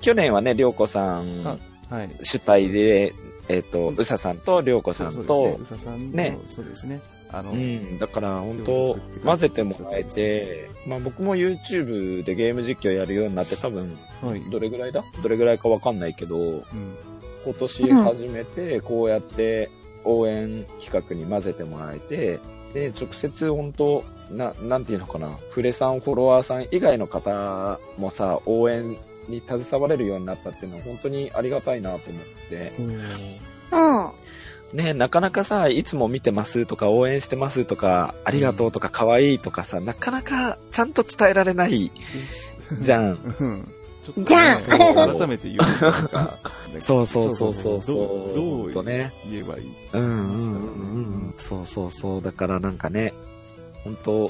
[SPEAKER 3] 去年はね、りょうこさ
[SPEAKER 1] あ
[SPEAKER 3] ん
[SPEAKER 1] はい。
[SPEAKER 3] 主体で、えっ、と、
[SPEAKER 1] うん
[SPEAKER 3] うささんとりょうこさん
[SPEAKER 1] そうです
[SPEAKER 3] と
[SPEAKER 1] ね、う、ささんと
[SPEAKER 3] ね
[SPEAKER 1] そうですね。あの、
[SPEAKER 3] うん、だから本
[SPEAKER 1] 協
[SPEAKER 3] 当
[SPEAKER 1] 力って感じ
[SPEAKER 3] 混ぜてもらえて、まあ僕も YouTube でゲーム実況やるようになって多分、
[SPEAKER 1] はい。
[SPEAKER 3] どれぐらいだどれぐらいかわかんないけど、
[SPEAKER 1] うん。
[SPEAKER 3] 今年初めてこうやって応援企画に混ぜてもらえて、で、直接本当な、なんていうのかな、フレさん、フォロワーさん以外の方もさ、応援に携われるようになったっていうのは本当にありがたいなと思って。
[SPEAKER 2] うん。
[SPEAKER 3] ねなかなかさ、いつも見てますとか、応援してますとか、ありがとうとか、可愛いとかさ、なかなかちゃんと伝えられないじゃ ん。
[SPEAKER 1] うん。 ちょっと
[SPEAKER 2] じゃん
[SPEAKER 1] 改めて言うのか
[SPEAKER 3] そうそうそうそうそう。
[SPEAKER 1] どう
[SPEAKER 3] ほん
[SPEAKER 1] ど
[SPEAKER 3] と
[SPEAKER 1] う
[SPEAKER 3] ね。
[SPEAKER 1] 言えばいい
[SPEAKER 3] うんうんうんうん。そうそうそう。だからなんかね、本当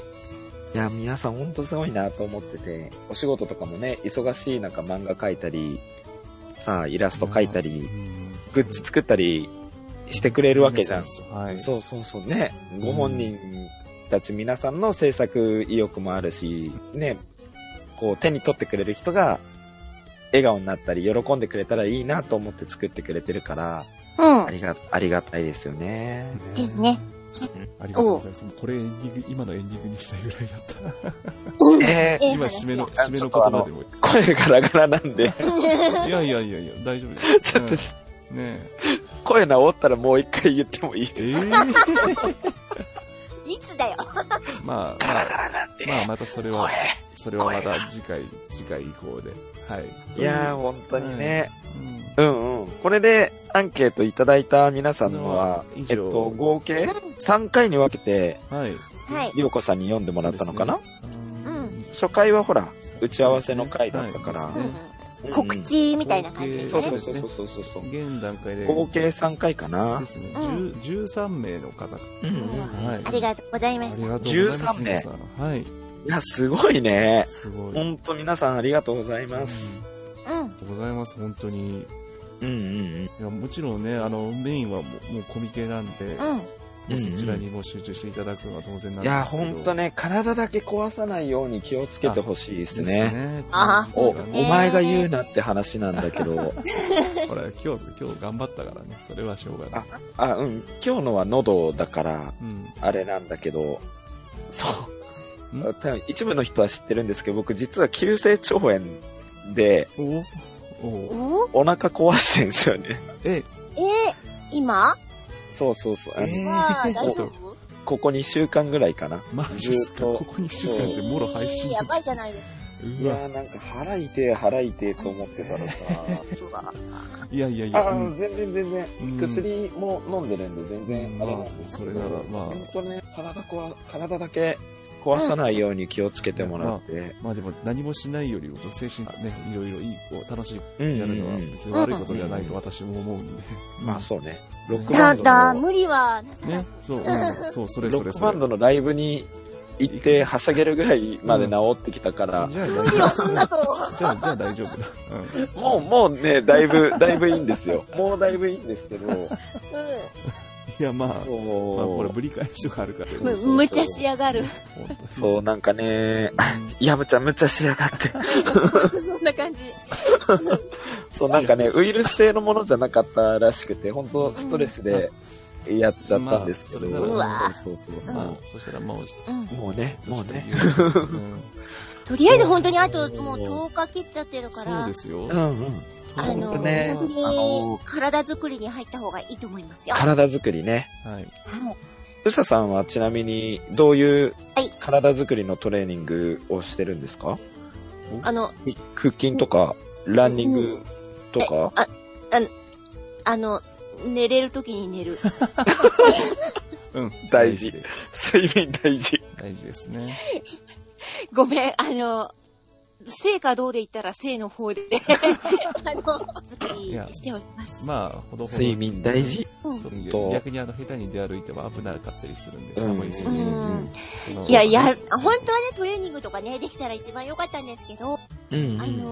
[SPEAKER 3] いや、皆さん本当すごいなと思ってて、お仕事とかもね、忙しい中漫画描いたり、さあ、イラスト描いたり、グッズ作ったりしてくれるわけじゃん。
[SPEAKER 1] はい。
[SPEAKER 3] そうそうそうね。ご本人たち皆さんの制作意欲もあるし、ね、こう手に取ってくれる人が笑顔になったり、喜んでくれたらいいなと思って作ってくれてるから、
[SPEAKER 2] うん
[SPEAKER 3] あ。りが、ありがたいですよね。
[SPEAKER 2] ですね。
[SPEAKER 1] ありがとうございます。もうこれエンディング、今のエンディングにしたいぐらいだった。
[SPEAKER 2] うん
[SPEAKER 3] えー、
[SPEAKER 2] ええ
[SPEAKER 1] 今、
[SPEAKER 2] 話
[SPEAKER 1] 締めの、
[SPEAKER 2] だ
[SPEAKER 1] 締めの言葉でも。
[SPEAKER 3] 声ガラガラなんで、
[SPEAKER 1] いやいやいやいや、大丈夫です。
[SPEAKER 3] ちょっと
[SPEAKER 1] うんね
[SPEAKER 3] 声治ったらもう一回言ってもいい
[SPEAKER 1] え。え
[SPEAKER 3] です
[SPEAKER 2] いつだよ。
[SPEAKER 1] ーまあ、
[SPEAKER 3] ガ
[SPEAKER 1] ま
[SPEAKER 3] ラガ
[SPEAKER 1] あ、
[SPEAKER 3] ラなんで、
[SPEAKER 1] まあ、またそれは
[SPEAKER 3] 声、。
[SPEAKER 1] それはまた次回、次回以降で。はい。
[SPEAKER 3] いやー、本当にね。
[SPEAKER 1] うん
[SPEAKER 3] うんうん。これでアンケートいただいた皆さんのは、
[SPEAKER 1] 以上
[SPEAKER 3] えっと、合計3回に分けて、
[SPEAKER 1] はい。
[SPEAKER 2] はい。
[SPEAKER 3] りょうこさんに読んでもらったのかな、
[SPEAKER 1] そうですね
[SPEAKER 2] うん
[SPEAKER 3] 初回はほら、打ち合わせの回だったから
[SPEAKER 1] はい
[SPEAKER 2] うん
[SPEAKER 1] です
[SPEAKER 2] うん
[SPEAKER 1] ね
[SPEAKER 2] 告知みたいな感じです
[SPEAKER 3] そう
[SPEAKER 2] ね
[SPEAKER 3] そう。そうそうそうそう。
[SPEAKER 1] 現段階で。
[SPEAKER 3] 合計3回かな
[SPEAKER 1] で。すね。
[SPEAKER 2] うん
[SPEAKER 1] 10 13名の方。
[SPEAKER 3] うんうん
[SPEAKER 2] うん
[SPEAKER 1] はい。
[SPEAKER 2] ありがとうございま
[SPEAKER 1] あ
[SPEAKER 2] し
[SPEAKER 1] り
[SPEAKER 2] た。
[SPEAKER 1] がとうございます。
[SPEAKER 3] 13名
[SPEAKER 1] 皆さんはい。
[SPEAKER 3] いや、すごいね。
[SPEAKER 1] すごい。
[SPEAKER 3] ほんと皆さんありがとうございます。
[SPEAKER 1] あ
[SPEAKER 2] うん。
[SPEAKER 1] りがとうございます。本当に。
[SPEAKER 3] うんうん
[SPEAKER 1] いや、もちろんね、あの、メインはもうもうコミケなんで、
[SPEAKER 2] うん。
[SPEAKER 1] もうそちらにもう集中していただくのは当然なん
[SPEAKER 3] い
[SPEAKER 1] ですけど。
[SPEAKER 3] や、ほんとね、体だけ壊さないように気をつけてほしいで
[SPEAKER 1] ですす
[SPEAKER 3] ね。
[SPEAKER 1] ね。
[SPEAKER 2] あ
[SPEAKER 1] こ
[SPEAKER 3] お、お
[SPEAKER 1] れは
[SPEAKER 2] ね
[SPEAKER 3] 前が言うなって話なんだ け
[SPEAKER 1] こ
[SPEAKER 3] ど、
[SPEAKER 1] れは今日、今日頑張ったからね、それはしょうがない。
[SPEAKER 3] あ、うん、今日のは喉だから、
[SPEAKER 1] うん。
[SPEAKER 3] あれなんだけど、そ
[SPEAKER 1] ん
[SPEAKER 3] う。多分一部の人は知ってるんですけど、僕実は急性腸炎で、
[SPEAKER 1] おお
[SPEAKER 2] お
[SPEAKER 3] お腹壊してんですよね。
[SPEAKER 1] え、
[SPEAKER 2] え今
[SPEAKER 3] そうそうそう。あの
[SPEAKER 1] え
[SPEAKER 2] は
[SPEAKER 1] ー
[SPEAKER 2] 大
[SPEAKER 1] ちょっ
[SPEAKER 2] 丈
[SPEAKER 1] と、
[SPEAKER 2] 夫
[SPEAKER 3] ここ2週間ぐらいかな。
[SPEAKER 1] マジっすか、
[SPEAKER 3] ずっと
[SPEAKER 1] ここに週間ってもろ配信
[SPEAKER 2] えーやばいじゃないです
[SPEAKER 3] いう
[SPEAKER 1] わ、
[SPEAKER 3] やーなんか腹痛え腹痛えと思ってたらさ。
[SPEAKER 2] か。
[SPEAKER 1] いやいやいや、
[SPEAKER 3] あ
[SPEAKER 1] う
[SPEAKER 3] ー、
[SPEAKER 1] ん
[SPEAKER 3] 全然全然。
[SPEAKER 1] うん
[SPEAKER 3] 薬も飲んでるんで全然あれなんですけ
[SPEAKER 1] まあそ
[SPEAKER 3] ど
[SPEAKER 1] れならまあ
[SPEAKER 3] ほんとね、体こわ、体だけ壊さないように気をつけてもらって。
[SPEAKER 1] まあでも何もしないよりも、精神ね、いろいろいい、こう楽し
[SPEAKER 3] うん
[SPEAKER 1] い、や
[SPEAKER 3] う
[SPEAKER 1] る
[SPEAKER 3] んう
[SPEAKER 1] のは
[SPEAKER 3] ん。
[SPEAKER 1] 別に悪いことではないと私も思うんで。
[SPEAKER 3] まあそうね。ロックバ
[SPEAKER 2] た
[SPEAKER 3] ンドの
[SPEAKER 2] だ、無理はなさない
[SPEAKER 1] ね
[SPEAKER 2] です。、
[SPEAKER 1] そう、うんそう、それ
[SPEAKER 3] ロ
[SPEAKER 1] それ
[SPEAKER 3] ック
[SPEAKER 1] そ
[SPEAKER 3] バ
[SPEAKER 1] れ
[SPEAKER 3] ン。ドのライブに行って、はしゃげるぐらいまで治ってきたから、
[SPEAKER 1] じゃあ、
[SPEAKER 2] 無理をすんなと。
[SPEAKER 1] じゃあ、じゃあ大丈夫だ。うん。
[SPEAKER 3] もう、もうね、だいぶ、だいぶいいんですよ。もうだいぶいいんですけど、も
[SPEAKER 2] う
[SPEAKER 1] いや、まあ、まあ、これ、
[SPEAKER 3] う
[SPEAKER 1] ぶり返しとかあるから。
[SPEAKER 2] ん。む、無茶しやがる。
[SPEAKER 1] 本当に
[SPEAKER 3] そう、なんかね、
[SPEAKER 1] うん
[SPEAKER 3] やむちゃむちゃしやがって。
[SPEAKER 2] そんな感じ。
[SPEAKER 3] そう、なんかね、ウイルス性のものじゃなかったらしくて、本当ストレスでやっちゃったんですけど、
[SPEAKER 1] まあ
[SPEAKER 2] それならね
[SPEAKER 3] そうそうそう
[SPEAKER 1] そ、
[SPEAKER 3] そう
[SPEAKER 1] そしたらもう、
[SPEAKER 2] うん
[SPEAKER 3] う。もうね、もう
[SPEAKER 1] そし
[SPEAKER 3] ね。
[SPEAKER 1] たら言ううん
[SPEAKER 2] とりあえず本当にあともう10日切っちゃってるか
[SPEAKER 1] そう
[SPEAKER 2] ら
[SPEAKER 1] で、すよ。
[SPEAKER 3] うんうん。
[SPEAKER 2] あ
[SPEAKER 3] ほんと
[SPEAKER 2] の、
[SPEAKER 3] ね
[SPEAKER 2] 本当
[SPEAKER 3] あ
[SPEAKER 2] に
[SPEAKER 3] の
[SPEAKER 2] 体作りに入った方がいいと思いますよ。は
[SPEAKER 3] 体作りね。
[SPEAKER 1] はい。
[SPEAKER 2] い。
[SPEAKER 3] うささんはちなみに、どういう
[SPEAKER 2] はい
[SPEAKER 3] 体作りのトレーニングをしてるんですか
[SPEAKER 2] あの、
[SPEAKER 3] 腹筋とか、ランニングとか、
[SPEAKER 2] あの、寝れる時に寝る。
[SPEAKER 1] うん。
[SPEAKER 3] 大事睡眠大事。
[SPEAKER 1] 大事ですね。
[SPEAKER 2] ごめん、あの、生かどうで言ったら生の方で、あの、作りしております。
[SPEAKER 1] まあ、ほどほど。
[SPEAKER 3] 睡眠大事。
[SPEAKER 2] うん
[SPEAKER 1] そう
[SPEAKER 3] と
[SPEAKER 1] 逆にあの下手に出歩いても危なかったりするんで、
[SPEAKER 3] うん
[SPEAKER 1] 寒いし。
[SPEAKER 2] うん
[SPEAKER 1] その
[SPEAKER 2] いや、いや、本当はね、トレーニングとかね、できたら一番良かったんですけど、
[SPEAKER 3] うん
[SPEAKER 2] あの、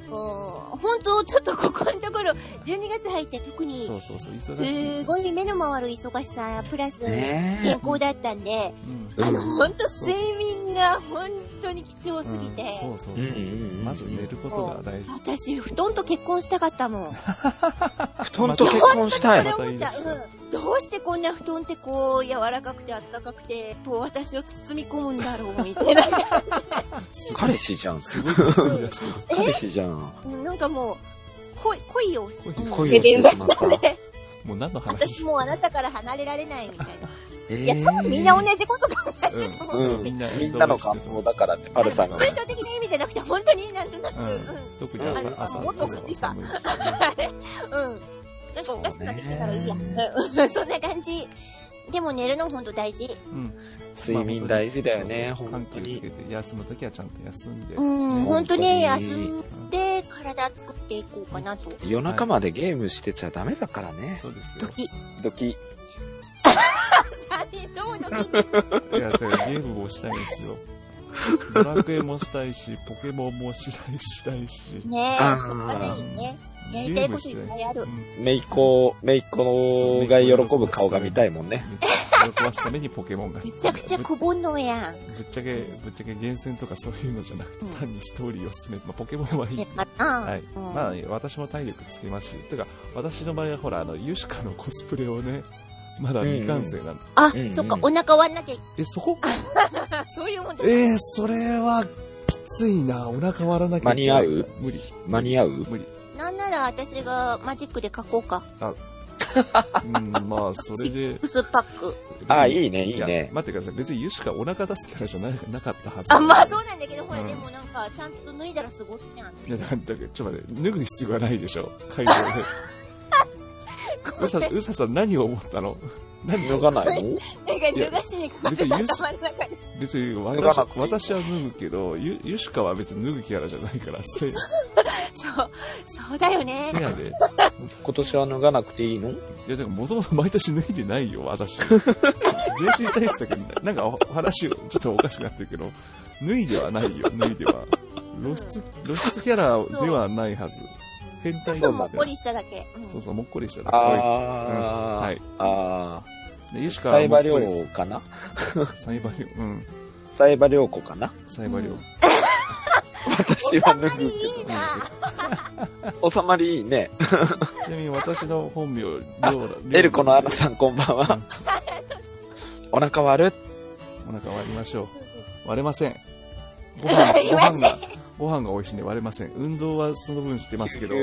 [SPEAKER 2] 本当、ちょっとここのところ、12月入って特に
[SPEAKER 1] そ、うそうそう、忙し
[SPEAKER 2] す
[SPEAKER 1] い。
[SPEAKER 2] ごい目の回る忙しさ、プラス、健
[SPEAKER 3] ね
[SPEAKER 2] 康だったんで、
[SPEAKER 1] うん
[SPEAKER 3] うん
[SPEAKER 2] あの、本当睡眠が本当に貴重すぎて、
[SPEAKER 1] うんそうそう
[SPEAKER 3] え。
[SPEAKER 1] そう。
[SPEAKER 3] ん
[SPEAKER 1] まず寝ることが大事。
[SPEAKER 2] 私、布団と結婚したかったもん。
[SPEAKER 3] 布団と結婚し
[SPEAKER 2] そ
[SPEAKER 3] た
[SPEAKER 2] れ
[SPEAKER 3] い
[SPEAKER 1] ま。
[SPEAKER 2] 思っ
[SPEAKER 1] ま
[SPEAKER 2] た、
[SPEAKER 1] たいいですね
[SPEAKER 2] うん。どうしてこんな布団ってこう、柔らかくて暖かくて、こう、私を包み込むんだろう、みたいな。
[SPEAKER 3] 彼氏じゃん。
[SPEAKER 1] すごいこと言い出してる。
[SPEAKER 2] え
[SPEAKER 3] 彼氏じゃん。
[SPEAKER 2] なんかもう、恋、恋をして
[SPEAKER 1] 恋
[SPEAKER 3] 恋を
[SPEAKER 2] レベルだっ
[SPEAKER 3] して
[SPEAKER 2] た
[SPEAKER 3] しま
[SPEAKER 2] ん
[SPEAKER 3] っ
[SPEAKER 2] で、
[SPEAKER 1] もう何の話
[SPEAKER 2] 私もうあなたから離れられないみたいな。
[SPEAKER 3] え
[SPEAKER 2] いや、多分みんな同じこと考えてると思う。
[SPEAKER 1] う
[SPEAKER 3] うん
[SPEAKER 1] みんな、
[SPEAKER 3] みんなの感想だからって、パルさんが。
[SPEAKER 2] 抽象的な意味じゃなくて、本当になんとなく、
[SPEAKER 1] う
[SPEAKER 2] うんん。
[SPEAKER 1] 特に朝、朝、
[SPEAKER 2] もっと好きか
[SPEAKER 1] 寒いし
[SPEAKER 2] あれうん。なんかおかしくなってきたからいいや。
[SPEAKER 3] そううんね
[SPEAKER 2] うん そんな感じ。でも寝るの本当大事。
[SPEAKER 1] うん
[SPEAKER 3] 睡眠大事だよね、
[SPEAKER 1] そうそう
[SPEAKER 3] 本当
[SPEAKER 1] 緩急つ
[SPEAKER 3] に。
[SPEAKER 1] けて、休むときはちゃんと休んで。
[SPEAKER 2] う
[SPEAKER 1] うん
[SPEAKER 2] ん、本
[SPEAKER 3] 本
[SPEAKER 2] 当
[SPEAKER 3] 当に
[SPEAKER 2] ね、休んで体作っていこうかなと。
[SPEAKER 3] 夜中までゲームしてちゃダメだからね。
[SPEAKER 1] そうですよ。
[SPEAKER 2] 時。
[SPEAKER 3] ドキ。
[SPEAKER 2] さて、どうの時
[SPEAKER 1] いや、だからゲームもしたいんですよ。ドラクエもしたいし、ポケモンもしたいしたいし。
[SPEAKER 2] ねえ、
[SPEAKER 3] あー
[SPEAKER 2] しょうがないよね。やり
[SPEAKER 1] ゲ
[SPEAKER 2] た
[SPEAKER 1] ー
[SPEAKER 2] いこ
[SPEAKER 1] ム
[SPEAKER 2] と
[SPEAKER 1] し
[SPEAKER 2] い
[SPEAKER 1] て
[SPEAKER 2] っ
[SPEAKER 1] な
[SPEAKER 2] ぱ
[SPEAKER 1] い
[SPEAKER 2] いある
[SPEAKER 1] で。
[SPEAKER 3] めいっ子、めいっ子が喜ぶ顔が見たいもん
[SPEAKER 1] す
[SPEAKER 3] ね。
[SPEAKER 1] うんめっちゃ喜ばすためにポケモンが。
[SPEAKER 2] めちゃくちゃ
[SPEAKER 1] ぶ
[SPEAKER 2] 小煩悩やん。
[SPEAKER 1] ぶっちゃけ、ぶっちゃけ厳選とかそういうのじゃなくて
[SPEAKER 2] うん、
[SPEAKER 1] 単にストーリーを進めて、まあポケモンはいい
[SPEAKER 2] ね。かな、
[SPEAKER 1] はい。
[SPEAKER 2] うん
[SPEAKER 1] まあ、私も体力つけますし、てか、私の場合はほら、あの、ユシカのコスプレをね、まだ未完成なんで。
[SPEAKER 2] あ、
[SPEAKER 3] うんうん
[SPEAKER 2] そっか、お腹割んなきゃい
[SPEAKER 1] え、そこ
[SPEAKER 2] けない。そういうもんじゃない。
[SPEAKER 1] えー、それは、きついな。お腹割らなきゃいけ
[SPEAKER 3] 間
[SPEAKER 1] ない
[SPEAKER 3] に合う
[SPEAKER 1] 無理。
[SPEAKER 3] 間に合う
[SPEAKER 1] 無理。
[SPEAKER 2] なんなら私がマジックで書こうか。
[SPEAKER 1] うん、まあ、それで。
[SPEAKER 2] 普通パック。
[SPEAKER 3] あ、いいね、いい
[SPEAKER 1] や
[SPEAKER 3] ね。
[SPEAKER 1] 待ってください。別にユシカお腹出すキャラじゃななかったはず。
[SPEAKER 2] あ、まあそうなんだけど、ほら、
[SPEAKER 1] うん
[SPEAKER 2] でもなんか、ちゃんと脱いだらすごいじゃん。
[SPEAKER 1] いや、なんだけど、ちょっと待って、脱ぐ必要がないでしょ。会場 で。うさ、うささん何を思ったの何
[SPEAKER 3] 脱がないの
[SPEAKER 2] なんか、脱がしにかかってた頭の中に。
[SPEAKER 1] 別に
[SPEAKER 3] 脱が
[SPEAKER 1] 私私
[SPEAKER 3] なくていい
[SPEAKER 1] は脱ぐけど、ゆ、ゆしかは別に脱ぐキャラじゃないから、それ、せ
[SPEAKER 2] そう、そうだよね。
[SPEAKER 1] や で。い
[SPEAKER 3] 今年は脱がなくていいの
[SPEAKER 1] や、でももともと毎年脱いでないよ、私。全身体質だけど、なんかお話、ちょっとおかしくなってるけど、脱いではないよ、脱いでは。露出、露出キャラではないはず。変態
[SPEAKER 2] ちょ
[SPEAKER 1] な
[SPEAKER 2] っとも
[SPEAKER 1] ん
[SPEAKER 2] っ
[SPEAKER 1] だ
[SPEAKER 2] こ
[SPEAKER 1] から
[SPEAKER 2] りしただけ。うん
[SPEAKER 1] そうそう、もっこりしたら。
[SPEAKER 3] あー、
[SPEAKER 1] はい。
[SPEAKER 3] あ
[SPEAKER 1] で、ユシカ
[SPEAKER 3] サイ
[SPEAKER 1] も
[SPEAKER 3] バ
[SPEAKER 1] うこれ
[SPEAKER 3] 涼子かな
[SPEAKER 1] サイバリョウ。うん。
[SPEAKER 3] サイバ涼子かな
[SPEAKER 1] サイバリョウ。
[SPEAKER 3] 私は脱ぐけ
[SPEAKER 2] いいな
[SPEAKER 3] ど。 収まりいいね。
[SPEAKER 1] ちなみに私の本名、りょうら。
[SPEAKER 3] エルコのアナ
[SPEAKER 1] ん。
[SPEAKER 3] さんこんばん
[SPEAKER 1] う
[SPEAKER 3] は
[SPEAKER 1] ん。
[SPEAKER 3] お腹割る
[SPEAKER 1] お腹割りましょう。割れません。ご
[SPEAKER 2] 割
[SPEAKER 1] 飯、
[SPEAKER 2] れ
[SPEAKER 1] ご
[SPEAKER 2] ませ
[SPEAKER 1] 飯
[SPEAKER 2] ん
[SPEAKER 1] が、ご飯が美味しいんで割れません。運動はその分してますけど。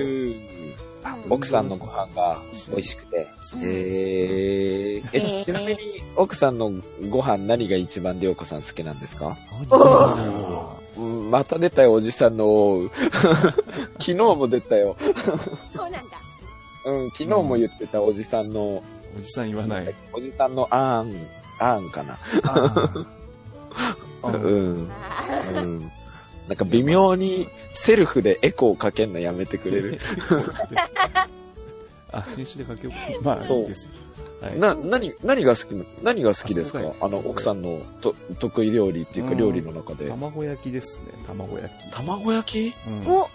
[SPEAKER 3] あ奥さんのご飯が美味しくて。えー、
[SPEAKER 2] え
[SPEAKER 3] え、
[SPEAKER 2] ー
[SPEAKER 3] ちなみに奥さんのご飯何が一番涼子さん好きなんですか
[SPEAKER 1] お
[SPEAKER 3] うんまた出たよ、おじさんの。 昨日も出たよ。
[SPEAKER 2] そうなんだ。
[SPEAKER 3] うん、昨日も言ってたおじさんの、
[SPEAKER 1] おじさん言わない。
[SPEAKER 3] おじさんのあーん、あーんかな。
[SPEAKER 1] う
[SPEAKER 3] うんん。
[SPEAKER 2] あ
[SPEAKER 3] うん。なんか微妙にセルフでエコーかけんのやめてくれる。
[SPEAKER 1] あ、編集で書けよう。まあ、
[SPEAKER 3] そう
[SPEAKER 1] いいです。はい。
[SPEAKER 3] な、何、何が好きな、何が好きです
[SPEAKER 1] あ
[SPEAKER 3] か
[SPEAKER 1] そこだ
[SPEAKER 3] あ
[SPEAKER 1] そ
[SPEAKER 3] の、
[SPEAKER 1] こだ
[SPEAKER 3] 奥さんのと得意料理っていうか
[SPEAKER 1] うん
[SPEAKER 3] 料理の中で。
[SPEAKER 1] 卵焼きですね。卵焼き。
[SPEAKER 3] 卵焼き
[SPEAKER 1] うん
[SPEAKER 2] お、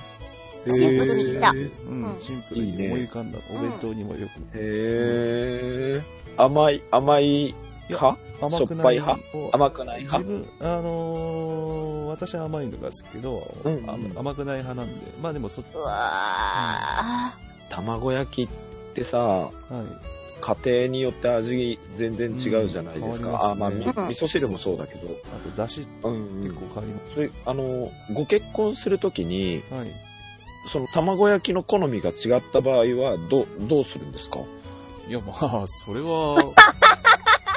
[SPEAKER 2] シンプルに来た
[SPEAKER 3] へ
[SPEAKER 1] うん、シンプルに思い浮かんだ。お弁当にもよく。
[SPEAKER 3] え。甘い、甘い
[SPEAKER 1] いや
[SPEAKER 3] 派
[SPEAKER 1] 甘く
[SPEAKER 3] しょっぱ
[SPEAKER 1] ない
[SPEAKER 3] い
[SPEAKER 1] 派
[SPEAKER 3] 派甘くない
[SPEAKER 1] 自
[SPEAKER 3] 派
[SPEAKER 1] 分、あのー、私は甘いのが好きけど、
[SPEAKER 3] うんうん
[SPEAKER 1] あの甘くない派なんで。まあでもそ、
[SPEAKER 2] うわ
[SPEAKER 3] 卵焼きってさ、
[SPEAKER 1] はい。
[SPEAKER 3] 家庭によって味全然違うじゃないですか。
[SPEAKER 1] うん
[SPEAKER 3] あ、
[SPEAKER 1] 変
[SPEAKER 3] ま
[SPEAKER 1] わ
[SPEAKER 3] あ、
[SPEAKER 1] り
[SPEAKER 3] み
[SPEAKER 1] ます
[SPEAKER 2] ね
[SPEAKER 3] 味噌汁もそうだけど。
[SPEAKER 1] あと、だしって
[SPEAKER 3] うん
[SPEAKER 1] 結構変わりま
[SPEAKER 3] それ、あの、ご結婚するときに、
[SPEAKER 1] す。はい。
[SPEAKER 3] その卵焼きの好みが違った場合は、ど、どうするんですか
[SPEAKER 1] いや、まあ、それ は、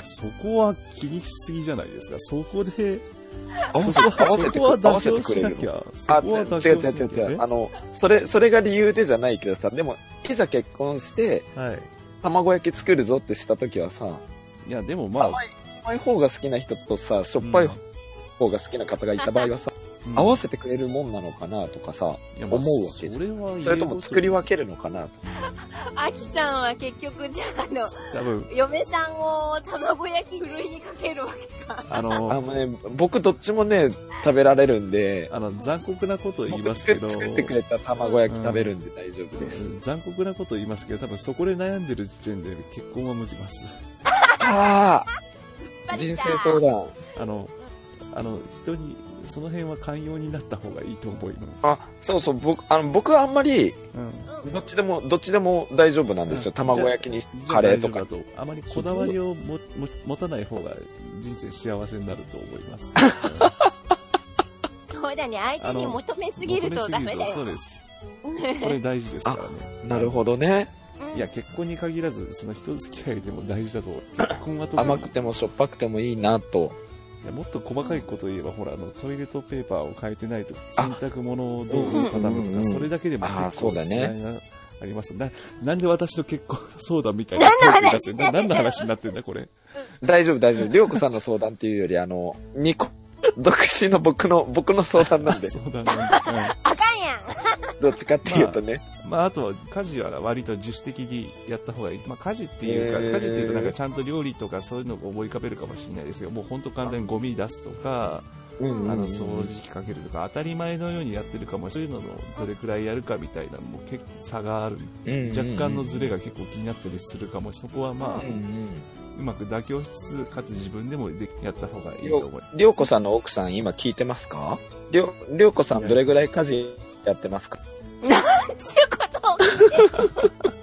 [SPEAKER 1] そこは気にしすぎじゃないですか。そこで、
[SPEAKER 3] 合わせて、合わせて、
[SPEAKER 1] そこは
[SPEAKER 3] 合わ
[SPEAKER 1] 妥
[SPEAKER 3] せて
[SPEAKER 1] 協
[SPEAKER 3] く
[SPEAKER 1] し
[SPEAKER 3] れ
[SPEAKER 1] な
[SPEAKER 3] る
[SPEAKER 1] き
[SPEAKER 3] の
[SPEAKER 1] ゃ。そ
[SPEAKER 3] あ、
[SPEAKER 1] こは妥
[SPEAKER 3] 違う違
[SPEAKER 1] 協
[SPEAKER 3] う違う
[SPEAKER 1] しな
[SPEAKER 3] 違
[SPEAKER 1] き
[SPEAKER 3] う。
[SPEAKER 1] ゃ
[SPEAKER 3] あ
[SPEAKER 1] ね。
[SPEAKER 3] の、それ、それが理由でじゃないけどさ、でも、いざ結婚して、
[SPEAKER 1] はい。
[SPEAKER 3] 卵焼き作るぞってした時はさ、
[SPEAKER 1] いや、でもまあ、
[SPEAKER 3] 甘い方が好きな人とさ、しょっぱい方が好きな方がいた場合はさ、合わせてくれるもんなのかなとかさ、
[SPEAKER 1] いやまあ
[SPEAKER 3] 思うわけじゃん
[SPEAKER 1] それは
[SPEAKER 3] それとも作り分けるのかなと
[SPEAKER 2] ーあきちゃんは結局、じゃあ、あの、
[SPEAKER 1] 多分、
[SPEAKER 2] 嫁さんを卵焼きふるいにかけるわけか。
[SPEAKER 1] あ
[SPEAKER 3] あ
[SPEAKER 1] の、
[SPEAKER 3] のね、僕どっちもね、食べられるんで、
[SPEAKER 1] あの、残酷なこと言いますけど、
[SPEAKER 3] 僕作作ってくれた卵焼き食べるんで大丈夫です。
[SPEAKER 1] 残酷なこと言いますけど、多分そこで悩んでる時点で結婚は難しいます。
[SPEAKER 3] あ
[SPEAKER 2] バ
[SPEAKER 3] あ
[SPEAKER 2] レ
[SPEAKER 3] 人
[SPEAKER 2] た
[SPEAKER 3] 生相談。
[SPEAKER 1] あの、あの、人に、その辺は寛容になった方がいいと思います。
[SPEAKER 3] あ、そうそう、僕、あの、僕はあんまり、
[SPEAKER 1] うん。
[SPEAKER 2] うん
[SPEAKER 3] どっちでも、どっちでも大丈夫なんですよ。
[SPEAKER 1] うん
[SPEAKER 3] 卵焼きに、カレーとか。
[SPEAKER 1] と。あまりこだわりをもも持たない方が人生幸せになると思い ます。
[SPEAKER 2] そうだね、相手に求めすぎるとダメ
[SPEAKER 1] 求めすぎる
[SPEAKER 2] だ
[SPEAKER 1] とそう
[SPEAKER 2] よ。
[SPEAKER 1] です。これ大事ですからね。
[SPEAKER 3] なるほどね。
[SPEAKER 2] うん
[SPEAKER 1] いや、結婚に限らず、その人付き合いでも大事だと思う。結婚は特に
[SPEAKER 3] 甘くてもしょっぱくてもいいなと。
[SPEAKER 1] いやもっと細かいこと言えば、ほら、あの、トイレットペーパーを変えてないとか、洗濯物をどう畳むと
[SPEAKER 3] うんうんう
[SPEAKER 1] か、
[SPEAKER 3] ん
[SPEAKER 1] それだけでも
[SPEAKER 3] あー
[SPEAKER 1] 結構
[SPEAKER 3] そうだ
[SPEAKER 1] 違
[SPEAKER 3] ね
[SPEAKER 1] いがあります。な、なんで私と結婚相談みたいなトークになってんだ。何の話になってんだ、これ。
[SPEAKER 3] 大丈夫、大丈夫。りょうこさんの相談っていうより、あの、ニ個、独身の僕の、僕の相 談 なんで、
[SPEAKER 1] 相談なんで。うん
[SPEAKER 2] あかんやん。
[SPEAKER 3] どっちかっていうとね。
[SPEAKER 1] まあ、あとは家事は割と自主的にやった方がいい。まあ、家事っていうか、
[SPEAKER 3] へー
[SPEAKER 1] 家事っていうとなんかちゃんと料理とかそういうのを思い浮かべるかもしれないですけど、もう本当簡単にゴミ出すとか、
[SPEAKER 3] うん
[SPEAKER 1] あ
[SPEAKER 3] うん
[SPEAKER 1] の、掃除機かけるとか、当たり前のようにやってるかもしれない。そういうののどれくらいやるかみたいなのも結構差がある。若干のズレが結構気になったりするかもしれない。そこはま
[SPEAKER 3] う
[SPEAKER 1] あ、
[SPEAKER 3] ん
[SPEAKER 1] うまく妥協しつつ、かつ自分でもでやった方がいいと思います。
[SPEAKER 3] うん。りょうこさんの奥さん、今聞いてますかりょう、りょうこさん、どれぐらい家事やってますか
[SPEAKER 2] ちゅうことを聞いてち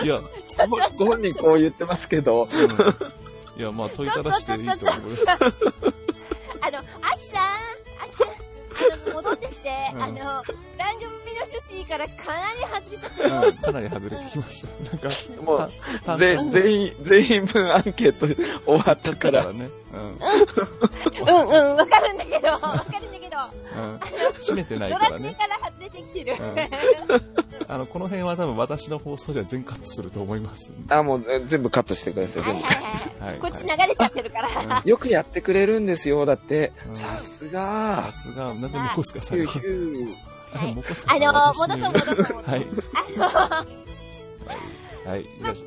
[SPEAKER 2] ょ
[SPEAKER 1] いや、
[SPEAKER 2] ちょちょち
[SPEAKER 3] ご
[SPEAKER 2] ょ
[SPEAKER 3] 本人こう言ってますけど、
[SPEAKER 1] うんいや、まあ、問いただしていいと思います。
[SPEAKER 2] あの、あきさん、あきさん、あの、戻ってきて、
[SPEAKER 1] うん
[SPEAKER 2] あの、番組の趣旨からかなり外れちゃったよ。
[SPEAKER 1] うん、かなり外れてきました。なんか、
[SPEAKER 3] もう、
[SPEAKER 1] た
[SPEAKER 3] ぜ全員、全員分アンケート 終わったか、
[SPEAKER 1] だかららね。うん。
[SPEAKER 2] うんうん、わかるんだけど、わかるんだけど、
[SPEAKER 1] うん閉めてない
[SPEAKER 2] ド
[SPEAKER 1] か
[SPEAKER 2] ラ
[SPEAKER 1] ら
[SPEAKER 2] クエ
[SPEAKER 1] ね。
[SPEAKER 2] から外れてきてる。
[SPEAKER 1] うんあの、この辺は多分私の放送では全カットすると思います。
[SPEAKER 3] あ、もうえ全部カットしてください、
[SPEAKER 2] はいはい
[SPEAKER 3] 全部カッ
[SPEAKER 2] は。
[SPEAKER 1] はいい
[SPEAKER 2] こっち流れちゃってるから。
[SPEAKER 1] うんさ
[SPEAKER 3] ト。よくやってくれるんですよ、だって
[SPEAKER 1] う。ん
[SPEAKER 3] さすが
[SPEAKER 1] すが、なんでモコスカさ
[SPEAKER 3] ヒュ
[SPEAKER 1] ん
[SPEAKER 3] ー
[SPEAKER 1] が
[SPEAKER 3] ヒ。ュー
[SPEAKER 2] は い
[SPEAKER 1] モコス
[SPEAKER 2] あ
[SPEAKER 1] カさん
[SPEAKER 2] の
[SPEAKER 1] が私
[SPEAKER 2] 戻
[SPEAKER 1] に
[SPEAKER 2] そう戻そう。
[SPEAKER 1] はい。
[SPEAKER 2] あの、
[SPEAKER 1] はい。いらっし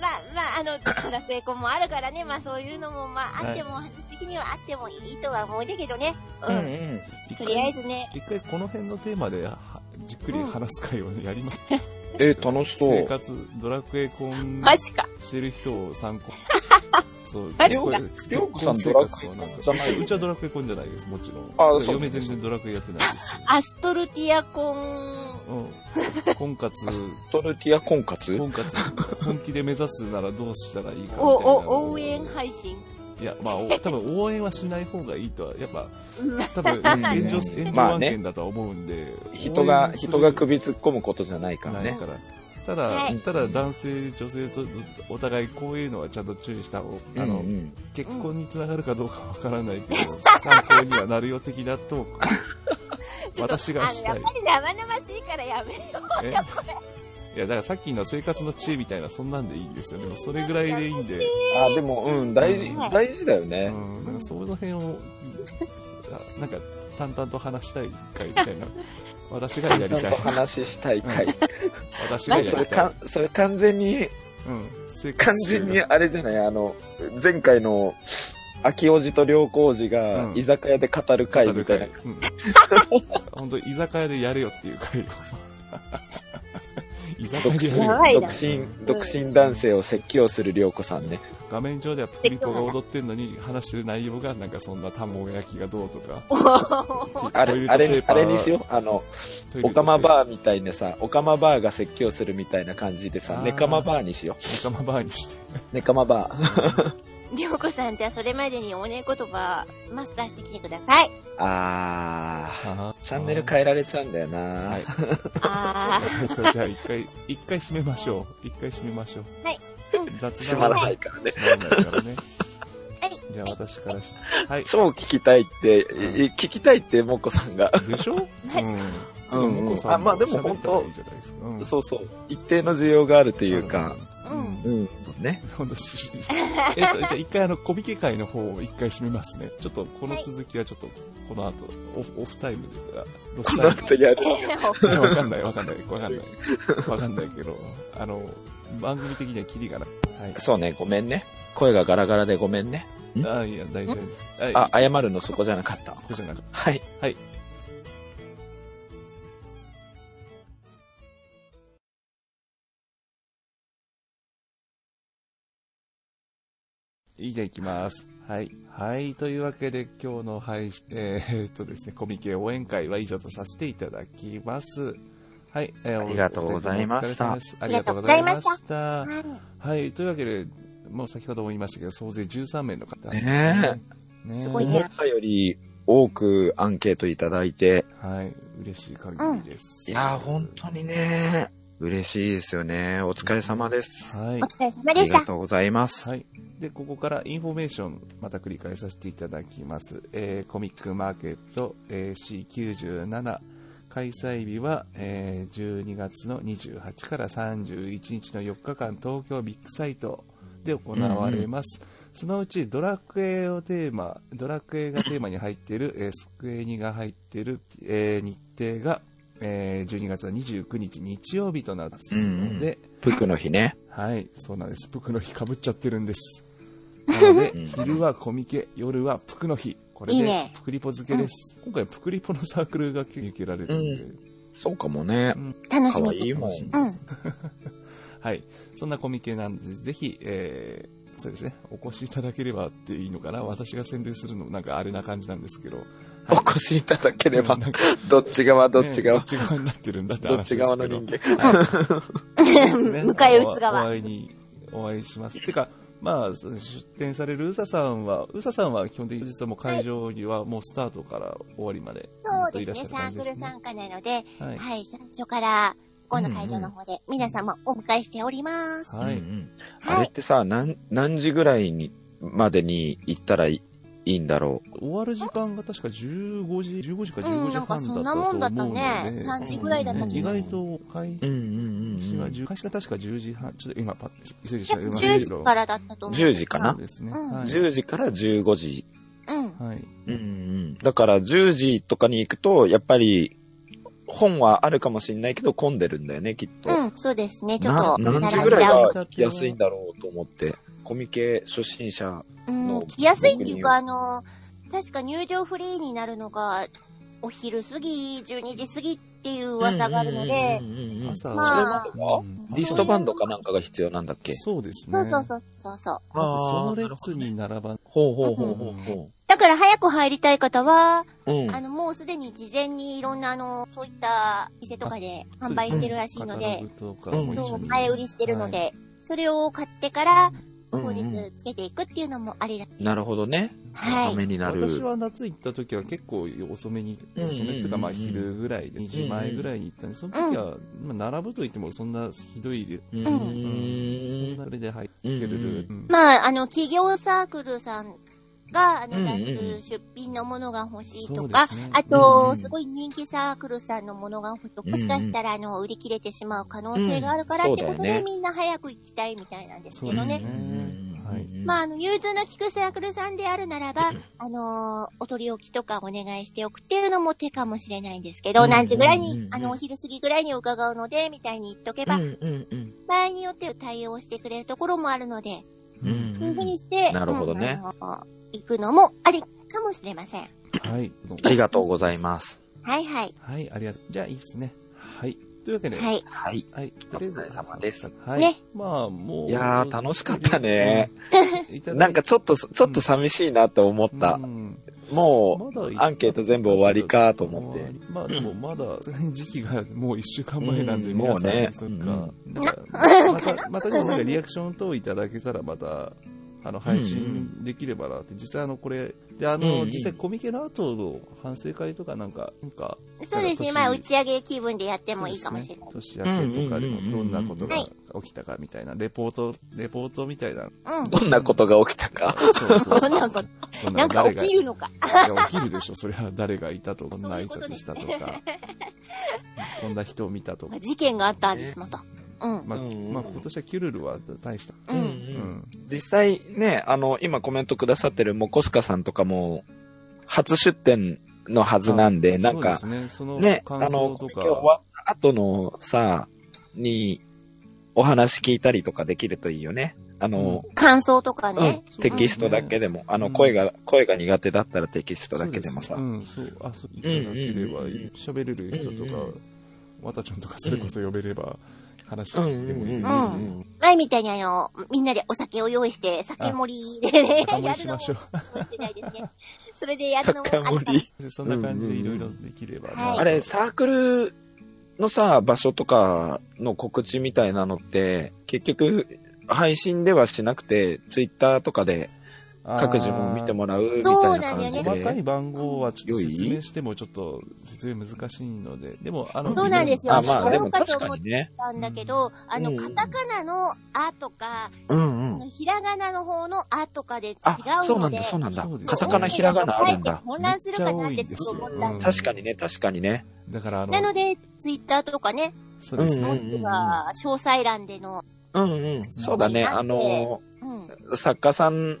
[SPEAKER 2] まあ、まあ、あの、ドラクエコもあるからね、まあそういうのも、まああっても、話的にはあってもいいとは思うんだけどね。う。
[SPEAKER 3] うんうんん。
[SPEAKER 1] ゃい
[SPEAKER 2] とりあえずね、
[SPEAKER 1] 一回この辺のテーマではじっくり話す会をやります。
[SPEAKER 3] え、楽しそ
[SPEAKER 1] 生
[SPEAKER 3] う。
[SPEAKER 1] 活、ドラクエ婚
[SPEAKER 4] マジか。
[SPEAKER 1] してる人を参 考に。そう、
[SPEAKER 4] マジか
[SPEAKER 1] これ
[SPEAKER 3] りょうこさん
[SPEAKER 1] 結婚生活はなんか
[SPEAKER 3] ドラクエ婚じゃないう
[SPEAKER 1] ちはドラクエ婚じゃないです、もちろん。
[SPEAKER 3] あ
[SPEAKER 1] そう
[SPEAKER 3] そう
[SPEAKER 1] 嫁全然ドラクエやってない ですし。
[SPEAKER 2] アストルティアコン、
[SPEAKER 1] うん。婚活、
[SPEAKER 3] トルティア婚活
[SPEAKER 1] 婚活、本気で目指すならどうしたらいいかみたいな
[SPEAKER 2] お、お、応援配信。
[SPEAKER 1] いや、まあ、お多分応援はしない方がいいとは、やっ ぱ、
[SPEAKER 2] うん
[SPEAKER 1] 多分、現状、現状
[SPEAKER 3] まあ
[SPEAKER 1] 案
[SPEAKER 3] ね
[SPEAKER 1] 件だとは思うんで。
[SPEAKER 3] 人が、人が
[SPEAKER 1] く
[SPEAKER 3] 首突っ込むことじゃないから
[SPEAKER 1] ない
[SPEAKER 3] ね。
[SPEAKER 1] から。た
[SPEAKER 2] は
[SPEAKER 1] だ
[SPEAKER 2] い、
[SPEAKER 1] ただ男性、女性とお互いこういうのはちゃんと注意した方
[SPEAKER 3] あ
[SPEAKER 1] あ
[SPEAKER 3] の
[SPEAKER 1] の、、結婚につながるかどうかわからない けど、参考にはなるよ的なトーク私がし
[SPEAKER 4] あ
[SPEAKER 1] た
[SPEAKER 4] の
[SPEAKER 1] い
[SPEAKER 4] やっ。ぱり生々しいからやめよう
[SPEAKER 1] え
[SPEAKER 4] よ、これ。
[SPEAKER 1] いや、だからさっきの生活の知恵みたいな、そんなんでいいんですよ。でもそれぐらいでいいんで、
[SPEAKER 3] あ、でも、うん、大事
[SPEAKER 2] ね、
[SPEAKER 3] 大事だよ
[SPEAKER 1] う
[SPEAKER 3] ね。
[SPEAKER 1] ん、なんかその辺を、あなんか淡々と話したい回みた いな。私がやり
[SPEAKER 3] ちゃん
[SPEAKER 1] たい
[SPEAKER 3] と。話したい回。
[SPEAKER 1] 私がやり
[SPEAKER 3] それ
[SPEAKER 1] た
[SPEAKER 3] か
[SPEAKER 1] い。
[SPEAKER 3] ん、それ完全に、
[SPEAKER 1] うん、生活
[SPEAKER 3] 完
[SPEAKER 1] 習
[SPEAKER 3] 全
[SPEAKER 1] 慣
[SPEAKER 3] にあれじゃないあの、前回の、秋おじと良子おじが
[SPEAKER 1] う、ん
[SPEAKER 3] 居酒屋で語る会みたいな。
[SPEAKER 1] うん 本当に居酒屋でやれよっていう 会を居酒屋
[SPEAKER 3] 独
[SPEAKER 1] でや
[SPEAKER 3] 身
[SPEAKER 1] れ
[SPEAKER 4] やばい
[SPEAKER 1] よ
[SPEAKER 4] な
[SPEAKER 3] 独身、独身男性を説教する涼子さんね。
[SPEAKER 1] 画面上ではプリポが踊ってんのに話してる内容がなんかそんな卵焼きがどうと か
[SPEAKER 3] あ
[SPEAKER 1] トイレッ
[SPEAKER 3] れ、
[SPEAKER 1] ト
[SPEAKER 3] あれ
[SPEAKER 1] ペー、パ
[SPEAKER 3] あ
[SPEAKER 1] ー
[SPEAKER 3] れにしよう。あの、
[SPEAKER 1] トイレ
[SPEAKER 3] オ
[SPEAKER 1] ットペー
[SPEAKER 3] カマバーみたいなさ、オカマバーが説教するみたいな感じで
[SPEAKER 1] あ
[SPEAKER 3] さ、
[SPEAKER 1] ー
[SPEAKER 3] ネカマバーにしよ
[SPEAKER 1] オカマバーにして
[SPEAKER 3] う。ネカマバー。
[SPEAKER 4] りょうこさん、じゃあそれまでにおね言葉、マスターしてきてください。
[SPEAKER 3] あ
[SPEAKER 1] あ
[SPEAKER 3] ー、
[SPEAKER 1] ー
[SPEAKER 3] チャンネル変えられちゃうんだよな、
[SPEAKER 1] はい
[SPEAKER 4] あ
[SPEAKER 1] えっとじゃあ一回一回締めましょう一回締めましょう
[SPEAKER 4] はい
[SPEAKER 1] 雑
[SPEAKER 3] 閉
[SPEAKER 1] 談
[SPEAKER 3] まら
[SPEAKER 1] は
[SPEAKER 3] ないからね。
[SPEAKER 1] 閉まらないからねじゃあ私からしは い
[SPEAKER 3] 超聞きたいって、
[SPEAKER 1] うん
[SPEAKER 3] い聞きたいって、もこさんが。
[SPEAKER 1] でしょ
[SPEAKER 4] マジか
[SPEAKER 1] うん
[SPEAKER 3] うんうん
[SPEAKER 1] 向こうさん
[SPEAKER 3] あまあでも本
[SPEAKER 1] 喋
[SPEAKER 3] 当
[SPEAKER 1] ったらいいじゃないですかうん
[SPEAKER 3] そうそう。一定の需要があるという
[SPEAKER 4] う
[SPEAKER 3] か、
[SPEAKER 4] ん
[SPEAKER 1] うん
[SPEAKER 3] うん、 ね。
[SPEAKER 1] 今度しえっと、じゃあ一回あの、コミケ会の方を一回締めますね。ちょっと、この続きはちょっと、この後、オフ、オフタイムで、あロス
[SPEAKER 3] こ
[SPEAKER 1] タ
[SPEAKER 3] の
[SPEAKER 1] イ
[SPEAKER 3] 後やる。
[SPEAKER 1] ム。いやわかんない、わかんない、わかんない。わかんないけど、あの、番組的にはキリがない。はい。
[SPEAKER 3] そうね、ごめんね。声がガラガラでごめんね。
[SPEAKER 1] あいや、大丈夫です。はい。
[SPEAKER 3] あ、謝るのそこじゃなかった。
[SPEAKER 1] そこじゃなくて。
[SPEAKER 3] はい。
[SPEAKER 1] いいじゃあ行きます。はい。はい。というわけで、今日の配 信、えー、えっとですね、コミケ応援会は以上とさせていただきます。はい。えー
[SPEAKER 3] ありがとうございました
[SPEAKER 1] お疲れ様ですありがとうございました。
[SPEAKER 2] はい
[SPEAKER 1] はい。というわけで、もう先ほども言いましたけど、総勢13名の方。
[SPEAKER 3] ね
[SPEAKER 1] え。ねえ
[SPEAKER 2] すごい
[SPEAKER 3] 思
[SPEAKER 2] ね
[SPEAKER 3] ったより多くアンケートいただいて、
[SPEAKER 1] はい。嬉しい限りです。
[SPEAKER 3] いやー、本当にね、嬉しいですよね。お疲れ様です。
[SPEAKER 1] はい
[SPEAKER 4] お。疲れ様
[SPEAKER 3] あ
[SPEAKER 4] で
[SPEAKER 3] り
[SPEAKER 4] し
[SPEAKER 3] が
[SPEAKER 4] た。
[SPEAKER 3] とうございます。
[SPEAKER 1] はい。で、ここからインフォメーション、また繰り返させていただきます。えーコミックマーケット、えー C97。開催日は、えー12月の28から31日の4日間、東京ビッグサイトで行われます。そのうちドラクエをテーマ、ドラクエがテーマに入っている、えースクエニが入っている、えー日程が、えー12月の29日日曜日となってますので、
[SPEAKER 3] 服の日ね。
[SPEAKER 1] はい、そうなんです。プクの日かぶっちゃってるん です。なので
[SPEAKER 3] うん、
[SPEAKER 1] 昼はコミケ、夜はプクの日。これ
[SPEAKER 2] いい
[SPEAKER 1] で
[SPEAKER 2] ね、
[SPEAKER 1] プクリポ漬けです。今回、プクリポのサークルが結構受けられるんで、
[SPEAKER 3] そうかもね。
[SPEAKER 2] 楽
[SPEAKER 3] か
[SPEAKER 2] しみ
[SPEAKER 3] わいいもん
[SPEAKER 1] 楽。しみです。はい、そんなコミケなんで、ぜひ、えー、そうですね、お越しいただければっていいのかな。私が宣伝するのもなんかあれな感じなんですけど。
[SPEAKER 3] お越しいただければ、
[SPEAKER 1] なんか
[SPEAKER 3] どっち側、どっ
[SPEAKER 1] ね
[SPEAKER 3] ち
[SPEAKER 1] どっ
[SPEAKER 3] 側、
[SPEAKER 1] ち側になってるんだって
[SPEAKER 3] ど
[SPEAKER 1] 話
[SPEAKER 3] っ
[SPEAKER 1] です
[SPEAKER 3] ち
[SPEAKER 1] けど
[SPEAKER 3] 側の人間。
[SPEAKER 4] 迎
[SPEAKER 1] 向
[SPEAKER 4] え撃つ側
[SPEAKER 1] お会いに、お会いします。てか、まあ、そう出展されるうささんは、うささんは基本的に実はもう会場にはもうスタートから終わりまでずっ
[SPEAKER 2] そ
[SPEAKER 1] と
[SPEAKER 2] う
[SPEAKER 1] いら
[SPEAKER 2] で
[SPEAKER 1] っ
[SPEAKER 2] す
[SPEAKER 1] しゃ
[SPEAKER 2] ね、
[SPEAKER 1] る感じ
[SPEAKER 2] サーク
[SPEAKER 1] で
[SPEAKER 2] ル
[SPEAKER 1] すね。
[SPEAKER 2] 参加なので、
[SPEAKER 1] はい。
[SPEAKER 2] はい、最初から、この会場の方で、皆様お迎えしております。
[SPEAKER 1] はい
[SPEAKER 3] うんうんあ
[SPEAKER 2] は
[SPEAKER 3] れっ
[SPEAKER 2] い。
[SPEAKER 3] てさ、何、何時ぐらいに、までに行ったらいいいんだろ
[SPEAKER 1] 終わる時間が確か15時、15時か
[SPEAKER 2] う
[SPEAKER 1] 15
[SPEAKER 2] ん、
[SPEAKER 1] 時
[SPEAKER 2] なんか
[SPEAKER 1] 半だ
[SPEAKER 2] そ
[SPEAKER 1] った
[SPEAKER 2] ん
[SPEAKER 1] と
[SPEAKER 2] な
[SPEAKER 1] 思
[SPEAKER 2] も
[SPEAKER 1] うんの
[SPEAKER 2] だっ
[SPEAKER 1] で、
[SPEAKER 2] たね。3時ぐらいだった
[SPEAKER 3] ん
[SPEAKER 2] け
[SPEAKER 1] 意
[SPEAKER 2] ど。
[SPEAKER 1] 外と開
[SPEAKER 3] う。うんうん
[SPEAKER 1] 始は
[SPEAKER 3] 10
[SPEAKER 1] 10、開始が確か10時半、ちょっと今パッと急いで調べました
[SPEAKER 2] 10
[SPEAKER 1] け
[SPEAKER 2] 時
[SPEAKER 1] ど。
[SPEAKER 2] からだったと思う。
[SPEAKER 3] 10時かな
[SPEAKER 1] そうですね。
[SPEAKER 2] うん
[SPEAKER 1] はい。
[SPEAKER 3] 時から15時。
[SPEAKER 2] うん。
[SPEAKER 1] はい。
[SPEAKER 3] うんうん。だから10時とかに行くと、やっぱり、本はあるかもしれないけど混んでるんだよね、きっと。
[SPEAKER 2] うん、そうですね。ちょっ
[SPEAKER 3] な
[SPEAKER 2] と、
[SPEAKER 3] 何時
[SPEAKER 2] 並
[SPEAKER 3] ぐ
[SPEAKER 2] んじ
[SPEAKER 3] らい
[SPEAKER 2] ゃう。
[SPEAKER 3] が安いんだろうと思って。コミケ初心者。
[SPEAKER 2] うん、来やすいっていうか、あの、確か入場フリーになるのが、お昼過ぎ、12時過ぎっていう噂があるので
[SPEAKER 5] う、んうんうんうんうん
[SPEAKER 1] 朝、
[SPEAKER 2] まあ
[SPEAKER 1] うん
[SPEAKER 3] リストバンドかなんかが必要なんだっけ
[SPEAKER 1] そうです
[SPEAKER 2] そ
[SPEAKER 1] ね。
[SPEAKER 2] うそうそうそうそう。
[SPEAKER 1] まずその列に並ばん、
[SPEAKER 5] ほうほうほうほうほ
[SPEAKER 2] だから早く入りたい方は、
[SPEAKER 5] う。うん。
[SPEAKER 2] あの、もうすでに事前にいろんな、あの、そういった店とかで販売してるらしいの
[SPEAKER 1] カタ
[SPEAKER 2] で
[SPEAKER 1] ロ、グとかも一
[SPEAKER 2] そ
[SPEAKER 1] 緒
[SPEAKER 2] う、
[SPEAKER 1] に
[SPEAKER 2] 前売りしてるので、
[SPEAKER 1] はい
[SPEAKER 2] それを買ってから、
[SPEAKER 3] うん
[SPEAKER 2] 当
[SPEAKER 3] うん
[SPEAKER 2] 日つけていくっていうのもありだ。
[SPEAKER 3] なるほどね。
[SPEAKER 2] は
[SPEAKER 3] た
[SPEAKER 2] い。
[SPEAKER 3] めになる。
[SPEAKER 1] 私は夏行った時は結構遅めに、
[SPEAKER 5] うんうんうん
[SPEAKER 1] 遅めっていうかまあ昼ぐらいで、2時前ぐらいに行ったんで、その時は、まあ並ぶといってもそんなひどいで、
[SPEAKER 5] うー
[SPEAKER 1] うん
[SPEAKER 5] ん。
[SPEAKER 1] そんなれで入ってるルール。うん
[SPEAKER 2] まあ、あの、企業サークルさんが、あ
[SPEAKER 5] う
[SPEAKER 2] の、
[SPEAKER 5] んうん
[SPEAKER 2] 出す出品のものが欲しい
[SPEAKER 1] そ
[SPEAKER 2] と
[SPEAKER 1] うで
[SPEAKER 2] か、
[SPEAKER 1] すね
[SPEAKER 2] あ
[SPEAKER 5] うんう
[SPEAKER 2] と、
[SPEAKER 5] ん
[SPEAKER 2] すごい人気サークルさんのものが欲しいと、
[SPEAKER 5] うんうん
[SPEAKER 2] もしかしたら、あの、売り切れてしまう可能性があるから
[SPEAKER 3] うん
[SPEAKER 2] ってこと
[SPEAKER 3] そうだよ
[SPEAKER 2] で、
[SPEAKER 3] ね
[SPEAKER 2] みんな早く行きたいみたいなんですけど
[SPEAKER 1] そうです
[SPEAKER 2] ね。
[SPEAKER 1] ねはい
[SPEAKER 2] まあ、
[SPEAKER 5] あ、
[SPEAKER 2] あの、融通の利くサークルさんであるならば、あのーお取り置きとかお願いしておくっていうのも手かもしれないんですけ
[SPEAKER 5] う
[SPEAKER 2] ど、
[SPEAKER 5] んうんうんうん
[SPEAKER 2] 何時ぐらいに、あの、お昼過ぎぐらいに伺うので、みたいに言っとけば、
[SPEAKER 5] うんうんうん。
[SPEAKER 2] 場合によっては対応してくれるところもあるので、
[SPEAKER 5] う
[SPEAKER 1] うん
[SPEAKER 5] ん
[SPEAKER 2] そういうふうにして、
[SPEAKER 3] なるほどね
[SPEAKER 2] うんあのー行くのもありかもしれません。
[SPEAKER 1] はい。
[SPEAKER 3] ありがとうございます。
[SPEAKER 2] はいはい。
[SPEAKER 1] はい、ありがとう。じゃあいいですね。はい。というわけで、
[SPEAKER 2] はい。
[SPEAKER 3] はい。
[SPEAKER 1] はい。
[SPEAKER 3] お疲れ様です。
[SPEAKER 1] はい。
[SPEAKER 2] ね
[SPEAKER 1] まあ、もう。
[SPEAKER 3] いやー、楽しかったね。
[SPEAKER 1] いただいて。
[SPEAKER 3] なんかちょっと、ちょっと寂しいなと思った
[SPEAKER 1] う。ん
[SPEAKER 3] も
[SPEAKER 1] まだ
[SPEAKER 3] う、アンケート全部終わりかと思って。。
[SPEAKER 1] まあでもまだ、時期がもう一週間前なんで、
[SPEAKER 5] うん
[SPEAKER 1] 皆さん
[SPEAKER 3] もうね
[SPEAKER 1] そっ
[SPEAKER 5] うん
[SPEAKER 1] か。なんかまた、またでもなんかリアクション等いただけたらまた、あの、配信できればなって、実際あの、これ、で、あ
[SPEAKER 5] うんう
[SPEAKER 1] の、
[SPEAKER 5] ん
[SPEAKER 1] 実際コミケの後の反省会とかなんか、なんか、
[SPEAKER 2] そうですね。
[SPEAKER 1] 年
[SPEAKER 2] まあ、打ち上げ気分でやってもいいかもしれない。
[SPEAKER 1] そうですね年明けとかでもどんなことが
[SPEAKER 2] うんうん
[SPEAKER 1] 起きたかみたいな、レポート、レポートみた いな。
[SPEAKER 2] うん。
[SPEAKER 3] どんなことが起きたか。
[SPEAKER 1] そうそう
[SPEAKER 2] どんなこと、
[SPEAKER 1] どん
[SPEAKER 2] なんか
[SPEAKER 1] 誰
[SPEAKER 2] 起
[SPEAKER 1] が
[SPEAKER 2] きるのか。
[SPEAKER 1] いや起きるでしょ。それは誰がいたとか、こんな挨拶したと
[SPEAKER 2] そういう
[SPEAKER 1] か、こんな人を見たとか。
[SPEAKER 2] 事件があったんです、また。うん。
[SPEAKER 1] まあ、
[SPEAKER 3] うんうん
[SPEAKER 1] まあ、今年はキュルルは大した。
[SPEAKER 2] う。
[SPEAKER 5] うん
[SPEAKER 1] うんん。
[SPEAKER 3] 実際ね、あの、今コメントくださってるモコスカさんとかも、初出店のはずなんで、なんか、
[SPEAKER 1] そうですね、その
[SPEAKER 3] ね、あ
[SPEAKER 1] 感想
[SPEAKER 3] の、
[SPEAKER 1] と
[SPEAKER 3] コミ
[SPEAKER 1] か
[SPEAKER 3] ケ。終わった後のさ、に、お話聞いたりとかできるといいよね。あの、
[SPEAKER 2] 感想とか
[SPEAKER 3] うん
[SPEAKER 2] ね。
[SPEAKER 3] テキストだけでも、あ
[SPEAKER 1] う
[SPEAKER 3] の、
[SPEAKER 1] ん
[SPEAKER 3] 声が、声が苦手だったらテキストだけでもさ
[SPEAKER 1] そ。うですうん、そう。あ、そう、いただければいい、喋れる人と
[SPEAKER 5] うんう
[SPEAKER 1] か
[SPEAKER 5] ん、
[SPEAKER 1] わたちゃんとかそれこそ呼べれば、話してもいいし。
[SPEAKER 2] うんうん前みたいにあの、みんなでお酒を用意して、酒盛りでね、
[SPEAKER 1] 高盛
[SPEAKER 2] や
[SPEAKER 1] りし
[SPEAKER 2] るの
[SPEAKER 1] ま
[SPEAKER 2] も
[SPEAKER 1] しょう。
[SPEAKER 2] してないですね。それでやるのもあ
[SPEAKER 3] 酒
[SPEAKER 2] った
[SPEAKER 3] 盛り
[SPEAKER 1] でそんな感じでいろいろできれば
[SPEAKER 2] うん
[SPEAKER 1] な、
[SPEAKER 2] はい
[SPEAKER 3] あれ、サークルのさ、場所とかの告知みたいなのって、結局、配信ではしなくて、ツイッターとかで各自も見てもらうみたいな感
[SPEAKER 2] そ
[SPEAKER 3] じ
[SPEAKER 2] う
[SPEAKER 1] 細かい
[SPEAKER 3] で。
[SPEAKER 1] 番号はちょっと
[SPEAKER 3] 良い
[SPEAKER 1] 説明してもちょっと説明難しいので、でもあの、
[SPEAKER 2] そうなんですよ
[SPEAKER 3] あ、
[SPEAKER 1] いろいろ
[SPEAKER 3] まあでも
[SPEAKER 2] そうか
[SPEAKER 3] 確
[SPEAKER 2] と思
[SPEAKER 3] か
[SPEAKER 2] っ
[SPEAKER 3] にね。
[SPEAKER 2] たんだけど、あ
[SPEAKER 3] う
[SPEAKER 2] の、
[SPEAKER 3] ん
[SPEAKER 2] カタカナのあとか、
[SPEAKER 3] うんう
[SPEAKER 2] あ
[SPEAKER 3] ん
[SPEAKER 2] の。ひらがなの方のあとかで違う
[SPEAKER 3] あ、そうな
[SPEAKER 2] の
[SPEAKER 3] ん
[SPEAKER 2] で
[SPEAKER 3] だ、、そうなんだ
[SPEAKER 1] そうです。ね
[SPEAKER 3] カタカナ、ひらがなあるん
[SPEAKER 2] 書い
[SPEAKER 3] だ
[SPEAKER 2] て。混乱するかなってちょっと思ったん
[SPEAKER 1] うん
[SPEAKER 2] で
[SPEAKER 3] 確かにね、確かにね。
[SPEAKER 1] だからあの
[SPEAKER 2] な、ので、ツイッターとかね、
[SPEAKER 1] そうです
[SPEAKER 3] うん
[SPEAKER 1] ね。
[SPEAKER 2] 今度は詳細欄での、
[SPEAKER 3] うんうん。そうだね、
[SPEAKER 2] そう
[SPEAKER 3] あの、
[SPEAKER 2] うん。
[SPEAKER 3] 作家さん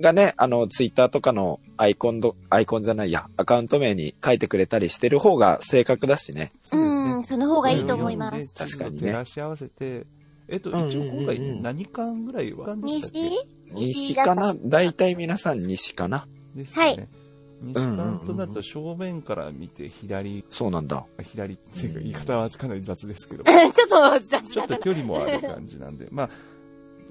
[SPEAKER 3] がね、あの、ツイッターとかのアイコンど、アイコンじゃないや、アカウント名に書いてくれたりしてる方が正確だしね。
[SPEAKER 1] そうです
[SPEAKER 2] う
[SPEAKER 1] ね
[SPEAKER 2] ん、。その方がいいと思います。
[SPEAKER 1] それを
[SPEAKER 3] 確か
[SPEAKER 1] 読んで
[SPEAKER 3] にね
[SPEAKER 1] 照らし合わせて、えっと、
[SPEAKER 3] うん
[SPEAKER 1] 一応今回
[SPEAKER 5] うんうん
[SPEAKER 1] 何巻ぐらいは
[SPEAKER 2] 西
[SPEAKER 3] 西かな大体皆さん西かな
[SPEAKER 1] ですよね。西
[SPEAKER 3] うんうんうん
[SPEAKER 1] 巻となると正面から見て左、
[SPEAKER 3] そうなんだ。
[SPEAKER 1] 左っていうか言い方はかなり雑ですけど、
[SPEAKER 2] ちょっと雑
[SPEAKER 1] ちょ
[SPEAKER 2] だ
[SPEAKER 1] っ
[SPEAKER 2] った
[SPEAKER 1] と距離もある感じなんで、まあ、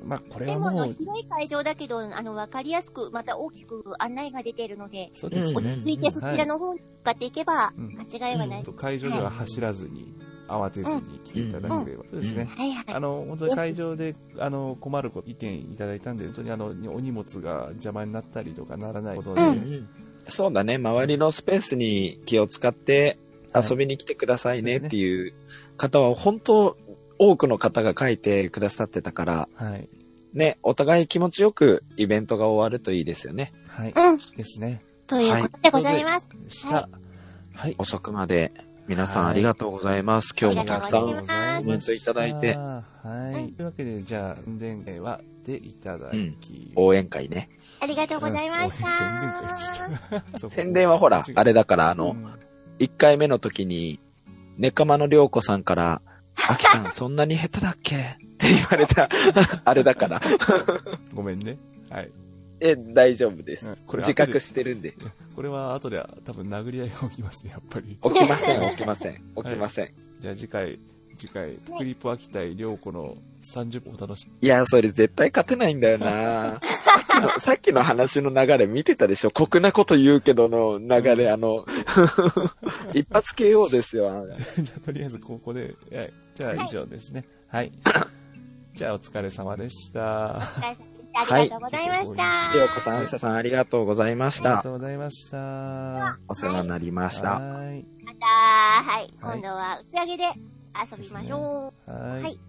[SPEAKER 1] まあこれ
[SPEAKER 2] で
[SPEAKER 1] は
[SPEAKER 2] もあ
[SPEAKER 1] も
[SPEAKER 2] の
[SPEAKER 1] う、
[SPEAKER 2] 広い会場だけど、あの、わかりやすく、また大きく案内が出ているので、
[SPEAKER 1] そうです
[SPEAKER 5] うん
[SPEAKER 1] ね。
[SPEAKER 2] ついてそちらの方に向かっていけば、
[SPEAKER 1] うん
[SPEAKER 2] 間違いはない。
[SPEAKER 1] 会場では走らずに、慌てずに来ていただければ。そうですね。
[SPEAKER 2] はいはい。
[SPEAKER 1] あの、本当に会場で、あの、困ること、意見いただいたんで、本当にあの、お荷物が邪魔になったりとかならないことで、
[SPEAKER 2] う
[SPEAKER 3] そうだね、周りのスペースに気を使って遊びに来てくださいねっていう方は、本当多くの方が書いてくださってたから、
[SPEAKER 1] はい。
[SPEAKER 3] ね、お互い気持ちよくイベントが終わるといいですよね。
[SPEAKER 1] はい。
[SPEAKER 2] うん。
[SPEAKER 1] ですね。
[SPEAKER 2] ということでございます。
[SPEAKER 1] でした。はい。
[SPEAKER 3] 遅くまで皆さん
[SPEAKER 1] はい
[SPEAKER 3] ありがとうございます。今日もたくさ
[SPEAKER 2] ありがとうござい
[SPEAKER 3] ん
[SPEAKER 2] ま。
[SPEAKER 3] コメントいただいて
[SPEAKER 1] は
[SPEAKER 2] う
[SPEAKER 1] い。
[SPEAKER 2] ん
[SPEAKER 1] というわけで、じゃあ、宣伝は、でいただき、
[SPEAKER 3] 応援会ね。
[SPEAKER 2] ありがとうございまし
[SPEAKER 1] 宣
[SPEAKER 2] た。
[SPEAKER 1] 伝会っつった そう
[SPEAKER 3] 宣伝はほら
[SPEAKER 1] 違、う
[SPEAKER 3] あれだから、あの
[SPEAKER 1] う、ん
[SPEAKER 3] 1回目の時に、ネカマの涼子さんから、アキさん、そんなに 下手だっけって言われた、あれだから。
[SPEAKER 1] ごめんね。はい。
[SPEAKER 3] え、大丈夫です
[SPEAKER 1] うん。これ
[SPEAKER 3] 自覚してるんで。
[SPEAKER 1] これは後で多分殴り合いが起きますね、やっぱり。
[SPEAKER 3] 起きません、起きません、起きません。
[SPEAKER 1] じゃあ次回、次回、クリップ秋田井涼子の30分お楽しみ。
[SPEAKER 3] いや、それ絶対勝てないんだよな ささっきの話の流れ見てたでしょ酷なこと言うけどの流れ、あの、 一発 KO ですよ。あの
[SPEAKER 1] じゃあとりあえずここで、えじゃあ以上ですね。 はい。じゃあお疲れ様でした。あ
[SPEAKER 2] ありがとうございました。
[SPEAKER 3] りょうこさん、あささんありがとうございまし
[SPEAKER 1] りが
[SPEAKER 3] た
[SPEAKER 1] と。うございました。
[SPEAKER 3] お世話になりました。
[SPEAKER 1] はい。
[SPEAKER 2] また、はい。
[SPEAKER 1] はい
[SPEAKER 2] 今度は打ち上げで遊びましょう。
[SPEAKER 1] は
[SPEAKER 2] はいい。